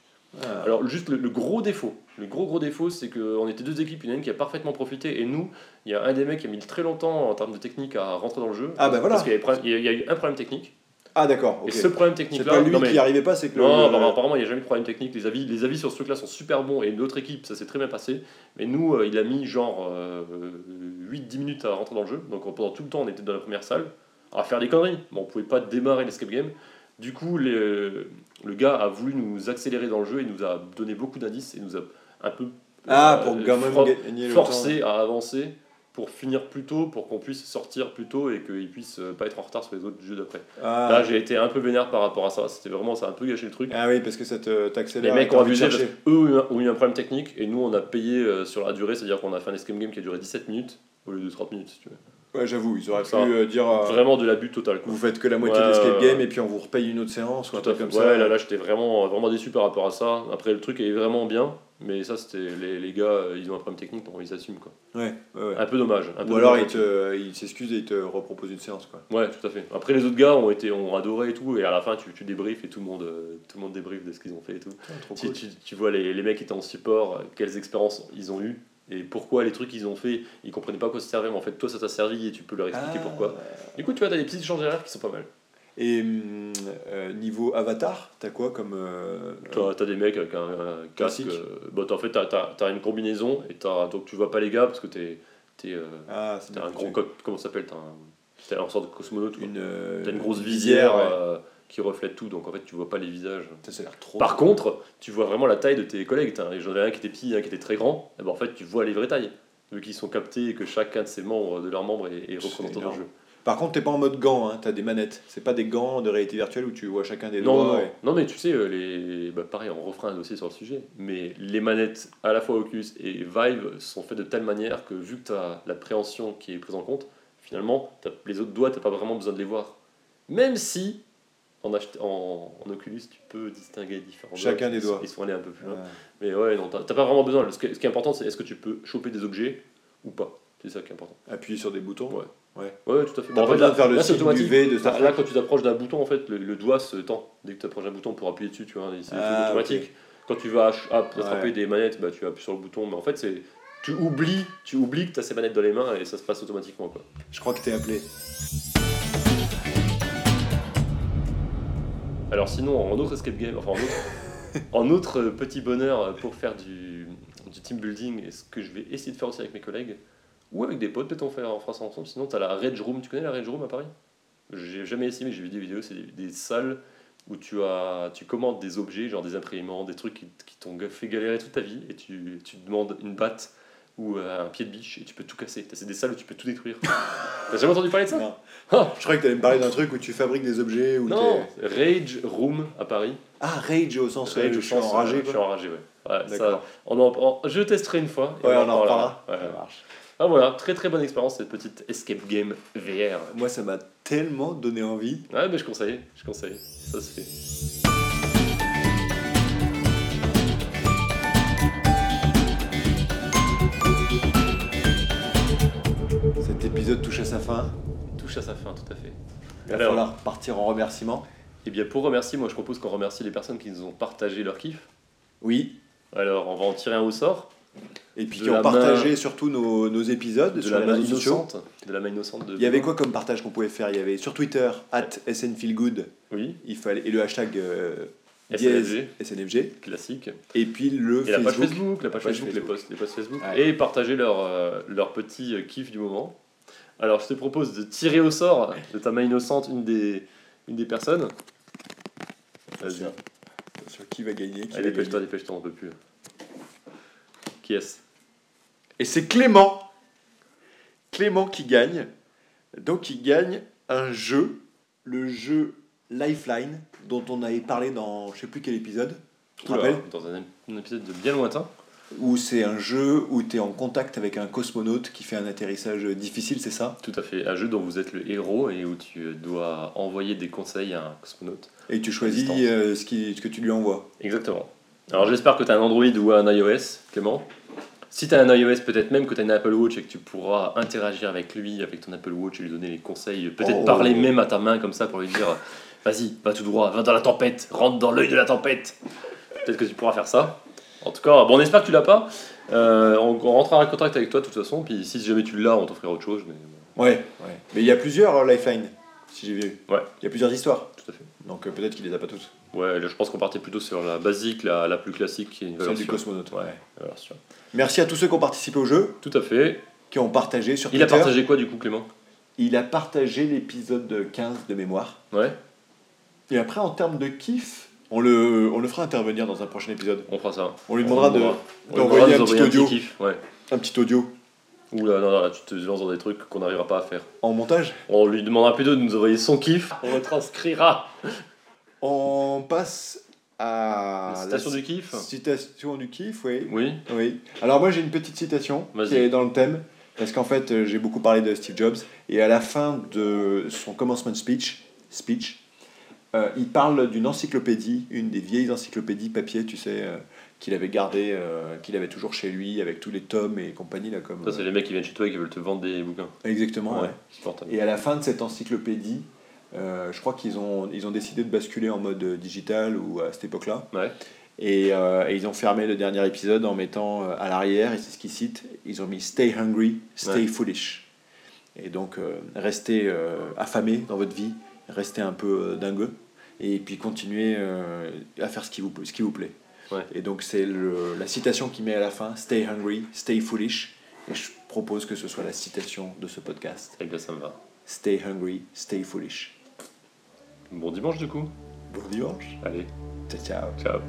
A: Ah.
B: Alors juste le, le gros défaut, le gros gros défaut, c'est qu'on était deux équipes, il y en a une qui a parfaitement profité et nous, il y a un des mecs qui a mis très longtemps en termes de technique à rentrer dans le jeu.
A: Ah, bah voilà.
B: Parce qu'il y, avait pro- il y a- il y a eu un problème technique.
A: Ah, d'accord. ok.
B: Et ce problème
A: C'est
B: technique là,
A: pas lui
B: non, mais-
A: qui arrivait pas, c'est que.
B: non,
A: le-
B: bah, apparemment il n'y a jamais eu de problème technique. Les avis, les avis sur ce truc là sont super bons et notre équipe ça s'est très bien passé. Mais nous, euh, il a mis genre 8-10 minutes à rentrer dans le jeu. Donc pendant tout le temps on était dans la première salle à faire des conneries. Bon, on pouvait pas démarrer l'escape game. Du coup, le, le gars a voulu nous accélérer dans le jeu et nous a donné beaucoup d'indices et nous a un peu
A: Ah,
B: euh,
A: pour quand
B: fro-
A: même gagner le temps.
B: forcé à avancer pour finir plus tôt, pour qu'on puisse sortir plus tôt et qu'il puisse euh, pas être en retard sur les autres jeux d'après.
A: Ah.
B: Là, j'ai été un peu vénère par rapport à ça. C'était vraiment, ça a un peu gâché le truc.
A: Ah oui, parce que ça te- t'accélère.
B: Les mecs
A: et t'as
B: ont
A: envie de
B: abusé parce
A: chercher.
B: qu'eux ont eu un problème technique et nous on a payé euh, sur la durée, c'est-à-dire qu'on a fait un escape game qui a duré 17 minutes au lieu de 30 minutes si tu veux.
A: Ouais, j'avoue, ils auraient pu
B: Ça.
A: euh, dire euh,
B: Vraiment de l'abus total quoi.
A: vous faites que la moitié
B: Ouais,
A: de l'escape
B: ouais,
A: game
B: ouais.
A: et puis on vous repaye une autre séance ou un
B: Tout à
A: truc
B: fait.
A: comme
B: Ouais,
A: ça.
B: là, là j'étais vraiment, euh, vraiment déçu par rapport à ça. Après le truc est vraiment bien, mais ça c'était les, les gars, euh, ils ont un problème technique, donc ils assument quoi.
A: Ouais, ouais, ouais.
B: Un peu dommage. un peu
A: Ou alors
B: dommage.
A: ils te- ils s'excusent et ils te reproposent une séance. Quoi.
B: Ouais, tout à fait. Après les autres gars ont été, ont adoré et tout, et à la fin tu, tu débriefes et tout le monde, euh, tout le monde débriefe de ce qu'ils ont fait et tout. Tu, tu- tu vois les, les mecs qui étaient en support, euh, quelles expériences ils ont eues et pourquoi les trucs qu'ils ont fait, ils comprenaient pas à quoi ça servait, mais en fait toi ça t'a servi et tu peux leur expliquer
A: Ah.
B: pourquoi. Du coup, tu vois, t'as des petits échanges derrière qui sont pas mal.
A: Et hum, euh, niveau avatar, t'as quoi comme. euh,
B: T'as as des mecs avec un, un casque.
A: Classique.
B: euh, bah, t'as- en fait, t'as as, une combinaison et t'as- donc tu vois pas les gars parce que t'es t'es, euh,
A: Ah, c'est
B: t'as
A: bien
B: un gros.
A: foutu.
B: co- Comment ça s'appelle T'as un, t'es un sorte de cosmonaute. quoi.
A: Une, euh,
B: T'as une grosse visière
A: ouais.
B: euh, qui reflète tout, donc en fait, tu vois pas les visages.
A: Ça, ça a l'air trop.
B: Par contre, tu vois vraiment la taille de tes collègues. T'as un- J'en ai un qui était petit, un qui était très grand. Et ben, en fait, tu vois les vraies tailles. Vu qu'ils sont captés et que chacun de ses membres, de leurs membres, est, est
A: C'est
B: représentant dans le
A: énorme.
B: jeu.
A: Par contre, t'es pas en mode gants, hein, t'as des manettes. C'est pas des gants de réalité virtuelle où tu vois chacun des
B: Non,
A: doigts.
B: non,
A: et-
B: non, mais tu sais, euh, les... bah, pareil, on refera un dossier sur le sujet, mais les manettes à la fois Oculus et Vive sont faites de telle manière que vu que tu as l'appréhension qui est prise en compte, finalement, t'as- les autres doigts, tu pas vraiment besoin de les voir. Même si, en, achet- en... en Oculus, tu peux distinguer différents
A: Chacun des
B: ils sont-
A: doigts.
B: Ils sont allés un peu plus loin.
A: Ouais.
B: Mais ouais, non, t'as t'as pas vraiment besoin. Ce, que- ce qui est important, c'est est-ce que tu peux choper des objets ou pas. C'est ça qui est important.
A: Appuyer sur des boutons.
B: Ouais.
A: Ouais.
B: Ouais, tout à fait.
A: T'as pas besoin de faire le signe du
B: automatique. Ah,
A: V de Star
B: Là, là, quand tu t'approches d'un bouton, en fait, le, le doigt se tend. Dès que tu approches d'un bouton pour appuyer dessus, tu vois, c'est
A: Ah,
B: automatique. Quand tu vas ach- app- attraper
A: Ouais.
B: des manettes, bah, tu appuies sur le bouton. Mais en fait, c'est tu oublies, tu oublies que tu as ces manettes dans les mains et ça se passe automatiquement. Quoi.
A: Je crois que t'es appelé.
B: Alors sinon, en autre escape game, enfin en autre, en autre euh, petit bonheur pour faire du, du team building, et ce que je vais essayer de faire aussi avec mes collègues, ou avec des potes, peut-être on, fait- on fera ça ensemble, sinon t'as la Rage Room, tu connais la Rage Room à Paris J'ai jamais essayé, mais j'ai vu des vidéos, c'est des, des salles où tu, as, tu commandes des objets, genre des imprimantes, des trucs qui, qui t'ont ga- fait galérer toute ta vie, et tu, tu demandes une batte ou euh, un pied de biche, et tu peux tout casser. T'as- C'est des salles où tu peux tout détruire. T'as jamais entendu parler de ça
A: Non. Je croyais que t'allais me parler d'un truc où tu fabriques des objets. Où
B: Non
A: t'es-
B: Rage Room à Paris.
A: Ah, rage au sens
B: Ouais,
A: où je suis enragé.
B: euh, Je suis
A: quoi.
B: enragé, ouais. Ouais, ça-
A: D'accord.
B: on en- on- je testerai une fois. et
A: Ouais, on en
B: reparlera.
A: Ça
B: Ouais.
A: marche.
B: Ah, voilà, très très bonne expérience cette petite escape game VR.
A: Moi, ça m'a tellement donné envie.
B: Ouais, mais je conseille, je conseille. Ça se fait.
A: Cet épisode touche à sa fin.
B: Touche à sa fin, tout à fait.
A: Il va
B: Alors.
A: falloir partir en remerciement.
B: Et bien pour remercier, moi je propose qu'on remercie les personnes qui nous ont partagé leur kiff.
A: Oui.
B: Alors on va en tirer un au sort.
A: Et puis
B: De
A: qui ont
B: la
A: partagé surtout nos, nos épisodes
B: De
A: sur
B: la
A: les
B: main
A: réseaux sociaux.
B: innocente. De la main innocente de.
A: Il y avait quoi comme partage qu'on pouvait faire Il y avait sur Twitter, at SNFeelGood,
B: Oui,
A: il fallait, et le hashtag euh, dièse
B: SNFG,
A: SNFG,
B: classique.
A: et puis le
B: Et la page Facebook, la page
A: Page
B: Facebook, les
A: Facebook.
B: posts, les posts Facebook,
A: Ouais.
B: et partager leur, euh, leur petit euh, kiff du moment. Alors je te propose de tirer au sort de ta main innocente une des, une des personnes. Vas-y,
A: Attention. Attention, qui va gagner, qui
B: Allez,
A: va gagner.
B: dépêche-toi, dépêche-toi, on peut plus. Qui est-ce
A: Et c'est Clément. Clément qui gagne. Donc il gagne un jeu, le jeu Lifeline, dont on avait parlé dans je sais plus quel épisode, tu te
B: Oula,
A: rappelles
B: Dans un, un épisode de bien lointain.
A: Où c'est un jeu où tu es en contact avec un cosmonaute qui fait un atterrissage difficile, c'est ça
B: Tout à fait, un jeu dont vous êtes le héros et où tu euh, dois envoyer des conseils à un cosmonaute.
A: Et tu choisis
B: Distance.
A: euh, ce, qui, ce que tu lui envoies.
B: Exactement. Alors j'espère que tu as un Android ou un iOS, Clément. Si tu as un iOS, peut-être même que tu as une Apple Watch et que tu pourras interagir avec lui, avec ton Apple Watch et lui donner les conseils, peut-être
A: Oh.
B: parler même à ta main comme ça pour lui dire vas-y, va tout droit, va dans la tempête, rentre dans l'œil de la tempête. Peut-être que tu pourras faire ça. En tout cas, bon, on espère que tu l'as pas. Euh, on, on rentrera en contact avec toi de toute façon, puis si jamais tu l'as, on t'offrira autre chose. Mais...
A: Ouais, ouais. Mais il y a plusieurs euh, Lifeline, si j'ai vu.
B: Ouais.
A: Il y a plusieurs histoires.
B: Tout à fait.
A: Donc euh, peut-être qu'il les a pas toutes.
B: Ouais, là, je pense qu'on partait plutôt sur la basique, la, la plus classique, qui est une
A: Celle
B: valeur
A: du
B: sûre.
A: cosmonaute.
B: Ouais, valeur sûre.
A: Merci à tous ceux qui ont participé au jeu,
B: Tout à fait.
A: qui ont partagé sur
B: Il a
A: Twitter.
B: partagé quoi du coup, Clément
A: Il a partagé l'épisode 15 de mémoire.
B: Ouais,
A: Et après, en termes de kiff, on le, on le fera intervenir dans un prochain épisode.
B: on fera ça.
A: On lui demandera de-
B: on lui
A: d'envoyer
B: demandera de
A: un
B: nous
A: petit
B: envoyer
A: audio,
B: kiff, ouais.
A: un petit audio
B: Ouh là, non, non, là, tu te lances dans des trucs qu'on n'arrivera pas à faire.
A: en montage.
B: On lui demandera plutôt de nous envoyer son kiff. On retranscrira.
A: On passe à
B: La citation du kiff
A: citation du kiff, oui.
B: Oui.
A: oui. Alors moi, j'ai une petite citation
B: Vas-y.
A: qui est dans le thème. Parce qu'en fait, euh, j'ai beaucoup parlé de Steve Jobs. Et à la fin de son commencement speech, speech euh, il parle d'une encyclopédie, une des vieilles encyclopédies papier, tu sais, euh, qu'il avait gardée, euh, qu'il avait toujours chez lui, avec tous les tomes et compagnie. Là, comme, euh,
B: Ça, c'est les mecs qui viennent chez toi et qui veulent te vendre des bouquins.
A: Exactement, ouais.
B: Supportable.
A: Et à la fin de cette encyclopédie, euh, je crois qu'ils ont, ils ont décidé de basculer en mode euh, digital ou à cette époque-là.
B: Ouais.
A: Et, euh, et ils ont fermé le dernier épisode en mettant euh, à l'arrière, et c'est ce qu'ils citent, ils ont mis Stay hungry, stay
B: Ouais.
A: foolish. Et donc, euh, restez euh, affamés dans votre vie, restez un peu euh, dingueux, et puis continuez euh, à faire ce qui vous, ce qui vous plaît.
B: Ouais.
A: Et donc, c'est le- la citation qu'il met à la fin Stay hungry, stay foolish. Et je propose que ce soit la citation de ce podcast.
B: Eh bien, ça me va.
A: Stay hungry, stay foolish.
B: Bon dimanche, du coup.
A: Bon dimanche.
B: Allez,
A: Ciao, ciao.
B: ciao.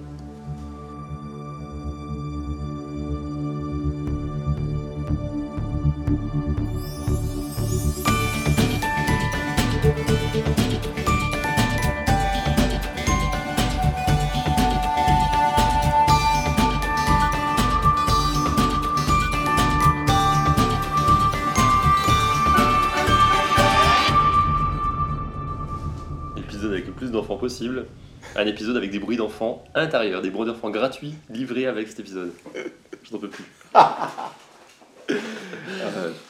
B: Épisode avec le plus d'enfants possible. Un épisode avec des bruits d'enfants intérieurs, des bruits d'enfants gratuits livrés avec cet épisode. Je n'en peux plus.
A: Ah, euh,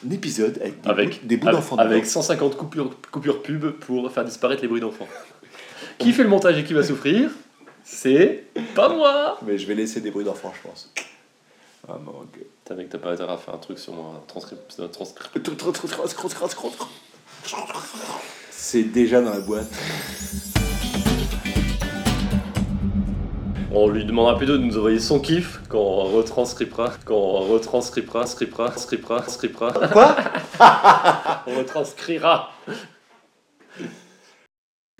A: un épisode avec des
B: Avec-
A: bouts- des bouts
B: Avec-
A: d'enfants.
B: Avec 150 coupures, coupures pub pour faire disparaître les bruits d'enfants. qui fait le montage et qui va souffrir C'est pas moi
A: Mais je vais laisser des bruits d'enfants, je pense. Ah, mon
B: *laughs*
A: Dieu.
B: Putain, mec, t'as pas intérêt à faire un truc sur moi, un transcript. un transcript.
A: C'est déjà dans la boîte.
B: On lui demandera plutôt de nous envoyer son kiff quand on retranscripera, quand on retranscripera, scripera, *laughs* scripera, scripera.
A: Quoi
B: On retranscrira